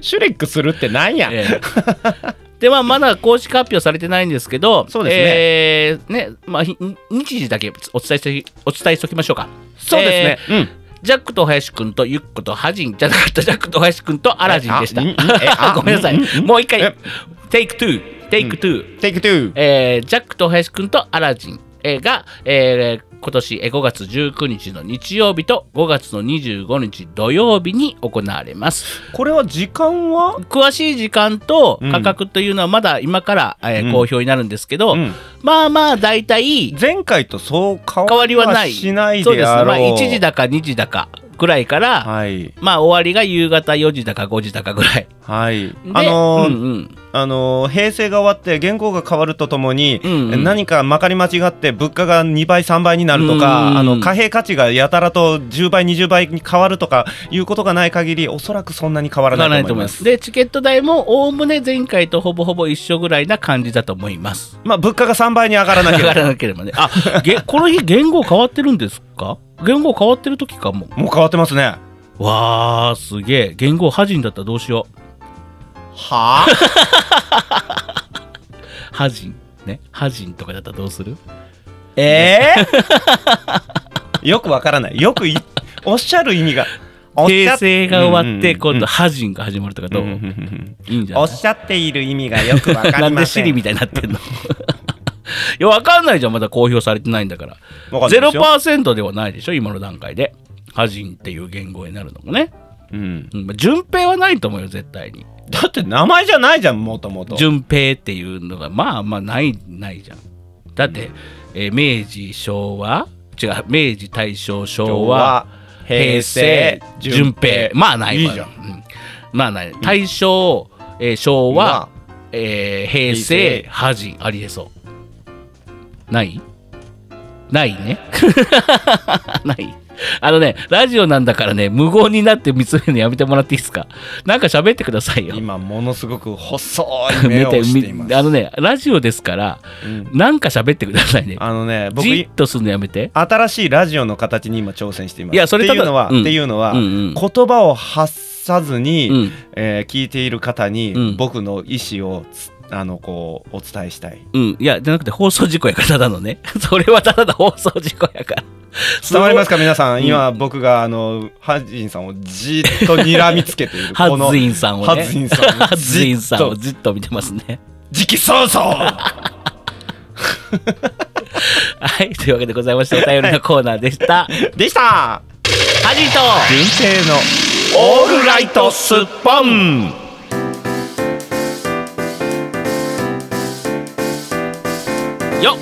Speaker 1: シュレックするってなんや、
Speaker 2: ええではまだ公式発表されてないんですけど、
Speaker 1: そうですね
Speaker 2: えーねまあ、ひ日時だけお伝えしてお伝えしておきましょうか。
Speaker 1: そうですね、
Speaker 2: ジャックと林くんとユッコとハジンじゃなかったジャックと林くんとアラジンでした
Speaker 1: えあんんえ。あ
Speaker 2: *laughs* ごめんなさい
Speaker 1: うんう。ん
Speaker 2: もう一回
Speaker 1: え、
Speaker 2: テイク2、テイク2。
Speaker 1: うんテイク2
Speaker 2: えージャックと林くんとアラジン、えーが、えー今年えー5月19日の日曜日と5月の25日土曜日に行われます。
Speaker 1: これは時間は
Speaker 2: 詳しい時間と
Speaker 1: うん
Speaker 2: 価格というのはまだ今から、えー
Speaker 1: うん
Speaker 2: 公表になるんですけど、
Speaker 1: うん
Speaker 2: まあまあ大体
Speaker 1: 前回とそう変
Speaker 2: 変
Speaker 1: わ
Speaker 2: わ
Speaker 1: り
Speaker 2: りは
Speaker 1: は
Speaker 2: ない。
Speaker 1: しない
Speaker 2: そうで、
Speaker 1: ですあ
Speaker 2: ま
Speaker 1: ろ
Speaker 2: あ、
Speaker 1: う
Speaker 2: 1時だか2時だかぐらいから、
Speaker 1: はい
Speaker 2: まあ終わりが夕方4時だか5時だかぐらい。
Speaker 1: はい
Speaker 2: で
Speaker 1: あのー
Speaker 2: うんうん
Speaker 1: あのー平成が終わって原稿が変わるとともに、
Speaker 2: うんうん
Speaker 1: 何かまかり間違って物価が2倍3倍になると
Speaker 2: うんうん
Speaker 1: かあの貨幣価値がやたらと10倍20倍に変わるとかいうことがない限りおそらくそんなに変わら
Speaker 2: 変わら
Speaker 1: な
Speaker 2: ないい
Speaker 1: と
Speaker 2: と
Speaker 1: 思いま
Speaker 2: 思いますす。で、チケット代もおおむね前回とほぼほぼ一緒ぐらいな感じだと思います。
Speaker 1: まあ物価が3倍に上がらな
Speaker 2: 上
Speaker 1: けれ
Speaker 2: が
Speaker 1: ば
Speaker 2: *laughs* らなければね。あ、げ *laughs* この日言語変わってるんですか言語変わってる時かも。
Speaker 1: もう変わってますね
Speaker 2: わー、すげえ。言語破人だったらどうしよう。
Speaker 1: はあ
Speaker 2: 破人。ね。破人とかだったらどうする
Speaker 1: *laughs* ええ *laughs* よくわからないよくいおっしゃる意味がおっしゃ
Speaker 2: 平
Speaker 1: っ
Speaker 2: 成が終わって、
Speaker 1: うんうんうん
Speaker 2: 今度破人が始まるとかどう、
Speaker 1: うんうんうん
Speaker 2: いいんじゃ
Speaker 1: お
Speaker 2: な
Speaker 1: っ
Speaker 2: い
Speaker 1: しゃっている意味がよくわかりませ
Speaker 2: *laughs* なんんでシリみたいになってんの *laughs* いや、わかんないじゃん。まだ公表されてないんだから。
Speaker 1: わかんないですよ
Speaker 2: 0%ではないでしょ今の段階で。ハジンっていう言語になるのもね。
Speaker 1: うん
Speaker 2: うんまあ順平はないと思うよ、絶対に。
Speaker 1: だって名前じゃないじゃんもともと
Speaker 2: 順平っていうのが、まあまあない、ないじゃん。だって、えー明治、昭和、違う、明治、大正、昭和、平成、順平。まあないわ
Speaker 1: いいじゃん
Speaker 2: うんまあない。大正、えー昭和、えー
Speaker 1: 平
Speaker 2: 平成
Speaker 1: 成
Speaker 2: 恥ありえそうないないね
Speaker 1: *laughs*
Speaker 2: ないあのねラジオなんだからね無言になって見つめるのやめてもらっていいですかなんか喋ってくださいよ
Speaker 1: 今ものすごく細い目をしています
Speaker 2: あのねラジオですから
Speaker 1: うん
Speaker 2: なんか喋ってくださいね
Speaker 1: あのね僕
Speaker 2: じっとするのやめて
Speaker 1: 新しいラジオの形に今挑戦しています
Speaker 2: いやそれ
Speaker 1: って
Speaker 2: ただ
Speaker 1: いうのは、
Speaker 2: うん
Speaker 1: っていうのは、
Speaker 2: うんうん
Speaker 1: 言葉を発さずに、
Speaker 2: うん
Speaker 1: えー聞いている方に、
Speaker 2: うん
Speaker 1: 僕の意思をつあのこうお伝えしたい
Speaker 2: うんいやじゃなくて放送事故やからただのね *laughs* それはただの放送事故やから
Speaker 1: 伝わります
Speaker 2: か
Speaker 1: か皆さん、
Speaker 2: うん
Speaker 1: 今僕があのハジンさんをじっと睨みつけている
Speaker 2: *laughs* ハ
Speaker 1: この
Speaker 2: ズインさんをね
Speaker 1: ハズインさんを
Speaker 2: *laughs* ハズインさん
Speaker 1: じ
Speaker 2: を
Speaker 1: っと
Speaker 2: じっと見てますね *laughs*
Speaker 1: 直そうそう
Speaker 2: はい、というわけでございまして、お便りのコーナーでした。
Speaker 1: でした
Speaker 2: アジト
Speaker 1: 純正のオールライトスッポン
Speaker 2: よ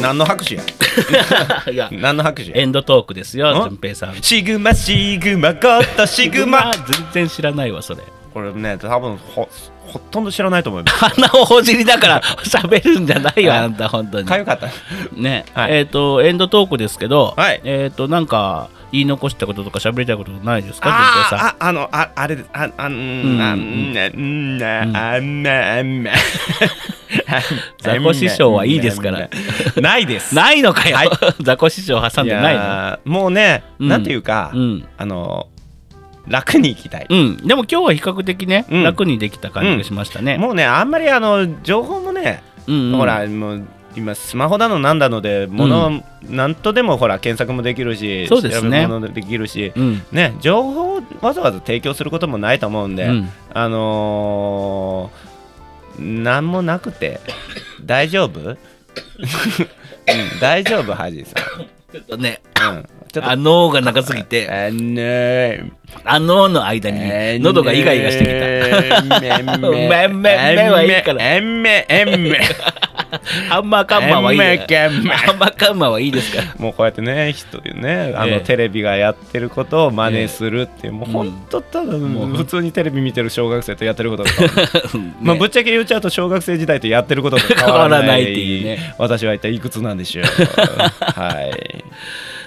Speaker 1: 何の拍 *laughs* 手や
Speaker 2: っ *laughs* いや、
Speaker 1: 何の拍手
Speaker 2: エ
Speaker 1: や
Speaker 2: ンドトークですよ、
Speaker 1: ん
Speaker 2: 淳平さん。
Speaker 1: シグマシグマゴッドシグマ
Speaker 2: 全然知らないわ、それ。
Speaker 1: これね多分ほほとんど知らない *laughs* と思います
Speaker 2: 鼻をほじりだから *laughs* 喋るんじゃないよ、あんた、本当に
Speaker 1: か。ゆかった
Speaker 2: ね、
Speaker 1: はい
Speaker 2: えっ、と、エンドトークですけど、
Speaker 1: はい
Speaker 2: えっ、と、なんか、言い残したこととか喋りたいことないですか、淳平さん。
Speaker 1: あーああのああれですああんあんねんねあんねあんね
Speaker 2: ザコ師匠はいいですから
Speaker 1: ないです
Speaker 2: ないのかよ、 *laughs* 雑魚師匠挟んでない
Speaker 1: い
Speaker 2: の。
Speaker 1: やーもうね
Speaker 2: うん
Speaker 1: なんていうか
Speaker 2: うん、
Speaker 1: あの楽に行きたい
Speaker 2: うん、でも今日は比較的ね、
Speaker 1: うん
Speaker 2: 楽にできた感じがしましたね。
Speaker 1: もうねあんまりあの情報もね
Speaker 2: うんうん
Speaker 1: ほらもう今スマホだのなんだのでものなんとでもほら検索もできるし
Speaker 2: そうです
Speaker 1: 調
Speaker 2: ね
Speaker 1: べ物できるし
Speaker 2: うん、
Speaker 1: ね情報をわざわざ提供することもないと思うんで、
Speaker 2: うん
Speaker 1: あのー、何もなくて大丈夫、 *laughs* うん、大丈夫ハジさ
Speaker 2: ちょっとね、
Speaker 1: ん、うん、ちょっと
Speaker 2: あのーが長すぎて、
Speaker 1: あのー
Speaker 2: あのーの間に喉がイガイガしてきた。 *laughs*
Speaker 1: た
Speaker 2: めんめんめんはいいから
Speaker 1: めんめんえんめん
Speaker 2: ハンマーカンマーはいい
Speaker 1: めん
Speaker 2: ね。
Speaker 1: めん
Speaker 2: *laughs*
Speaker 1: めん
Speaker 2: ハンマーカンマーはいいですから。 *laughs*
Speaker 1: *laughs* もうこうやってね人でねあ
Speaker 2: ええ
Speaker 1: のテレビがやってることを真似するっていう、もう
Speaker 2: え
Speaker 1: ほんとただ、
Speaker 2: もう
Speaker 1: 普通にテレビ見てる小学生とやってることが変わら
Speaker 2: *laughs*
Speaker 1: ないまあぶっちゃけ言っちゃうと小学生時代とやってることが変わらない *laughs*
Speaker 2: 変わらないっていうね
Speaker 1: 私は一体いくつなんでしょうはい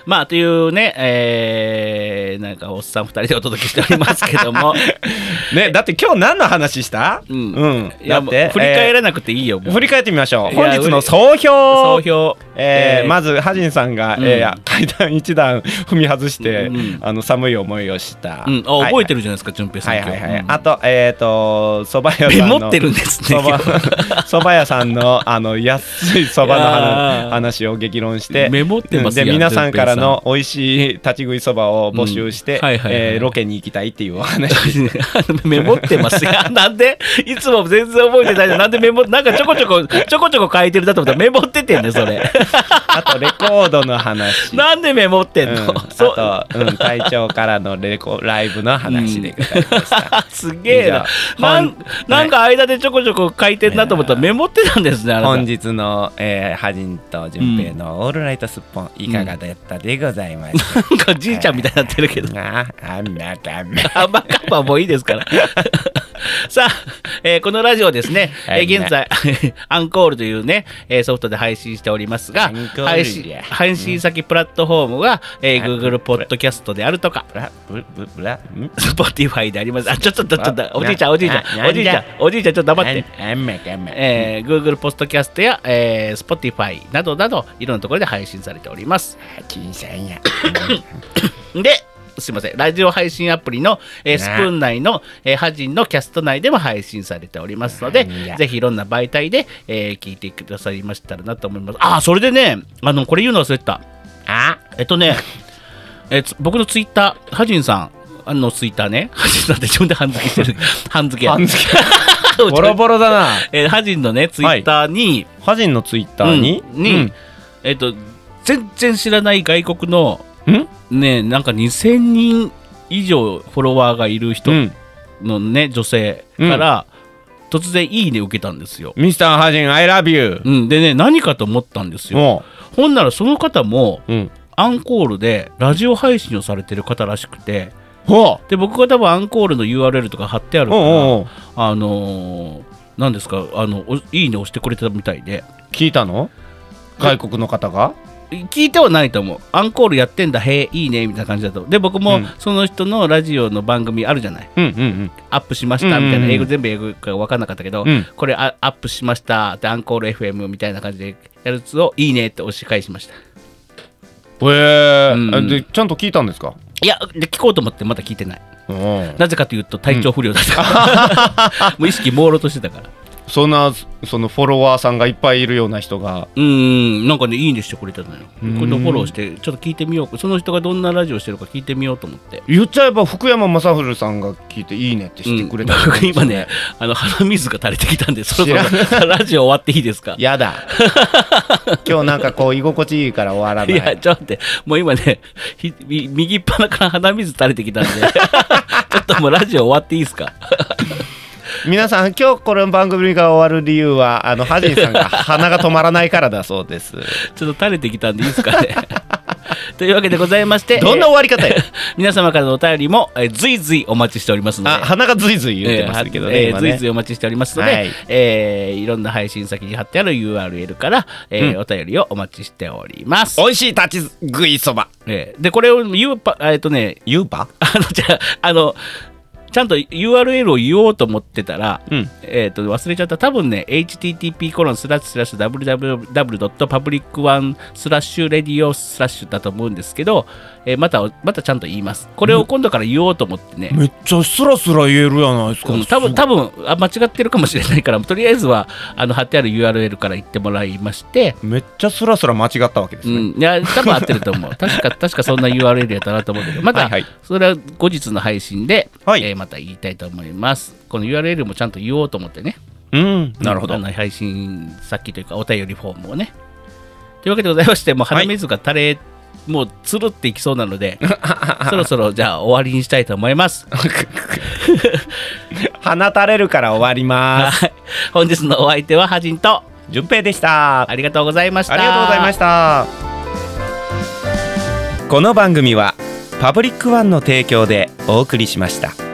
Speaker 2: まあというね、えーなんかおっさん2人でお届けしておりますけど
Speaker 1: *laughs*
Speaker 2: も、
Speaker 1: ねだって今日何の話した
Speaker 2: うんい
Speaker 1: だ
Speaker 2: や
Speaker 1: っ
Speaker 2: もう
Speaker 1: て
Speaker 2: 振り返
Speaker 1: え
Speaker 2: らなくていいよ、
Speaker 1: ー
Speaker 2: もう
Speaker 1: 振り返ってみましょう
Speaker 2: いや
Speaker 1: 本日の総評
Speaker 2: 総評、
Speaker 1: えー
Speaker 2: えー
Speaker 1: まずハジンさんが、
Speaker 2: うん
Speaker 1: えー階段一段踏み外して、
Speaker 2: うん
Speaker 1: あの寒い思いをした、
Speaker 2: うん、あ覚えて
Speaker 1: る
Speaker 2: るじゃないですか、淳平さ
Speaker 1: は
Speaker 2: ん
Speaker 1: い
Speaker 2: 今日。
Speaker 1: はいはい、
Speaker 2: うん
Speaker 1: あとえっ、とそば屋
Speaker 2: メ
Speaker 1: さんの
Speaker 2: モってるんです
Speaker 1: そ *laughs*
Speaker 2: ね。
Speaker 1: ばそば屋さんのあの安いそばの
Speaker 2: いやー
Speaker 1: 話話を激論して
Speaker 2: メモってます
Speaker 1: で
Speaker 2: やん
Speaker 1: 皆さんからの美味しい立ち食いそばを募集して、
Speaker 2: うんはいはいはい
Speaker 1: えーロケに行きたいっていうお話 *laughs*
Speaker 2: *laughs* メモってますよ。なんでいつも全然覚えてないのなんでメモなんかちょこちょこちょこちょこ書いてるだと思ったらメモっててんねそれ。
Speaker 1: *laughs* あとレコードの話
Speaker 2: *laughs* なんでメモってん
Speaker 1: うん
Speaker 2: の、そう
Speaker 1: あと、うん、隊長からのレ
Speaker 2: *laughs*
Speaker 1: コライブの話でございました、
Speaker 2: すげえな
Speaker 1: 以上
Speaker 2: なん
Speaker 1: 本
Speaker 2: なんか間でちょこちょこ書いてんなと思ったらメモってたんですねあなた
Speaker 1: 本日の、えー、ハジンと淳平の「オールナイトスッポン」いかがだったでございました
Speaker 2: *laughs* なんかじいちゃんみたいになってるけど
Speaker 1: ああまたま
Speaker 2: あバカッパはもういいですから。 *laughs* さあ、えーこのラジオですね、えー現在、 *laughs* アンコールというね、えーソフトで配信しておりますが
Speaker 1: アンコール、じゃ
Speaker 2: 配信配信先プラットフォームが、えー
Speaker 1: うん
Speaker 2: Google ポッドキャストであるとか、
Speaker 1: ブラブブブラん
Speaker 2: Spotify であります。あ、ちょっと、ちょっとちょっ
Speaker 1: あ
Speaker 2: と、おじいちゃん、
Speaker 1: な
Speaker 2: おじいちゃ、
Speaker 1: なんな
Speaker 2: おじいちゃ
Speaker 1: ん、
Speaker 2: んおじいちゃん、ちょっと黙って。
Speaker 1: あんまかんま
Speaker 2: えー Google ポッドキャストや、えー Spotify などなどいろんなところで配信されております。
Speaker 1: 金さんや
Speaker 2: で、すいません、ラジオ配信アプリの、えースプーン内の、えーハジンのキャスト内でも配信されておりますので
Speaker 1: いや、
Speaker 2: ぜひいろんな媒体で、えー聞いてくださいましたらなと思います。あー、それでね、あの、これ言うの忘れてた。
Speaker 1: あ
Speaker 2: えっとね、 *laughs* えーつ僕のツイッター、ハジンさん、あのツイッターね、ハジンさんって自分で半付
Speaker 1: *laughs*
Speaker 2: けしてる。半付けや。 *laughs*
Speaker 1: 半付ボ
Speaker 2: ボ
Speaker 1: ロ
Speaker 2: ロ
Speaker 1: ボロだ
Speaker 2: *laughs*
Speaker 1: な
Speaker 2: えーハジンのね、ツイッターに、
Speaker 1: ハジンのツイッターに、
Speaker 2: うんにえっと、全然知らない外国の、
Speaker 1: うんん
Speaker 2: ね、なんか2000人以上フォロワーがいる人
Speaker 1: うん
Speaker 2: のね女性から突然「いいね」受けたんですよ。
Speaker 1: ミスターハジン I love you
Speaker 2: うん、でね何かと思ったんですよ。
Speaker 1: も
Speaker 2: ほんならその方も
Speaker 1: ううん
Speaker 2: アンコールでラジオ配信をされてる方らしくて
Speaker 1: ほ
Speaker 2: で僕が多分アンコールの URL とか貼ってあ
Speaker 1: う
Speaker 2: る
Speaker 1: お
Speaker 2: から
Speaker 1: おうおう
Speaker 2: あのー、なんですかあのおいいね」押してくれてたみたいで
Speaker 1: 聞いたの外国の方が
Speaker 2: 聞いてはないと思うアンコールやってんだへえいいねみたいな感じだとで僕
Speaker 1: う
Speaker 2: も
Speaker 1: ん
Speaker 2: その人のラジオの番組あるじゃない
Speaker 1: うんうん
Speaker 2: アップしましたみたい
Speaker 1: うんうん
Speaker 2: な
Speaker 1: うん
Speaker 2: 英語全部英語が分かんなかったけど、
Speaker 1: うん
Speaker 2: これあアップしましたってアンコール FM みたいな感じでやるやつをいいねって押し返しました
Speaker 1: うんへえ、
Speaker 2: うん
Speaker 1: でちゃんと聞いたんですか
Speaker 2: いやで聞こうと思ってまだ聞いてない
Speaker 1: うん
Speaker 2: なぜかというと体調不良だったから、 *laughs* もう意識朦朧としてたから
Speaker 1: そんなそのフォロワーさんがいっぱいいるような人が
Speaker 2: うーんなんかねいいねしてくれたのよ
Speaker 1: うん
Speaker 2: 今度フォローしてちょっと聞いてみようその人がどんなラジオしてるか聞いてみようと思って
Speaker 1: 言っちゃえば福山雅治さんが聞いていいねってしてくれた、
Speaker 2: うん僕今ねあの鼻水が垂れてきたんでそろ
Speaker 1: 知
Speaker 2: そろラジオ終わっていいですか
Speaker 1: やだ *laughs* 今日なんかこう居心地いいから終わらない
Speaker 2: いや、ちょっと待って、もう今ね、ひみ右っ鼻から鼻水垂れてきたんで、 *laughs* ちょっともうラジオ終わっていいですか。 *laughs*
Speaker 1: 皆さん今日この番組が終わる理由は *laughs* あのハジンさんが鼻が止まらないからだそうです
Speaker 2: ちょっと垂れてきたんでいいですかね。 *laughs* というわけでございまして、
Speaker 1: どんな
Speaker 2: え
Speaker 1: 終わり方や、
Speaker 2: ー皆様からのお便りも、えー随随お待ちしておりますので。
Speaker 1: あ鼻がずいずい言ってますけどね,、
Speaker 2: えー
Speaker 1: 今
Speaker 2: 随
Speaker 1: ね
Speaker 2: 々お待ちしておりますので、
Speaker 1: はい
Speaker 2: いえーいろんな配信先に貼ってある URL から、えー
Speaker 1: うん
Speaker 2: お便りをお待ちしております
Speaker 1: 美。味しい立ち食いそば
Speaker 2: えーで、これを言うパ、えっ、とね、
Speaker 1: ゆうぱ
Speaker 2: あの、じゃあ、あの、ちゃんと URL を言おうと思ってたら、
Speaker 1: うん
Speaker 2: えっ、と、忘れちゃった。多分ね、http コロンスラッシュスラッシュ www.public1 スラッシュレディオスラッシュだと思うんですけど、えーまた、またちゃんと言います。これを今度から言おうと思ってね。
Speaker 1: めっちゃスラスラ言えるやないです
Speaker 2: うん多分多分あ間違ってるかもしれないからとりあえずはあの貼ってある URL から言ってもらいまして、
Speaker 1: めっちゃスラスラ間違ったわけです
Speaker 2: う
Speaker 1: ね、
Speaker 2: ん、いや多分合ってると
Speaker 1: *laughs*
Speaker 2: 思う確か確かそんな URL やったなと思うけどま
Speaker 1: は
Speaker 2: た
Speaker 1: いはい
Speaker 2: それは後日の配信で、
Speaker 1: はい
Speaker 2: えーまた言いたいと思いますこの URL もちゃんと言おうと思ってね
Speaker 1: うん、なるほど、 *laughs*
Speaker 2: あの配信先というかお便りフォームをねというわけでございましてもう鼻水が垂れ、もうつるっていきそうなので
Speaker 1: *laughs*
Speaker 2: そろそろじゃあ終わりにしたいと思います
Speaker 1: 放たれるから終わり *laughs* ます
Speaker 2: はい本日のお相手はハジンと
Speaker 1: 順平でした
Speaker 2: ありがとうございました
Speaker 1: ありがとうございましたこの番組はパブリックワンの提供でお送りしました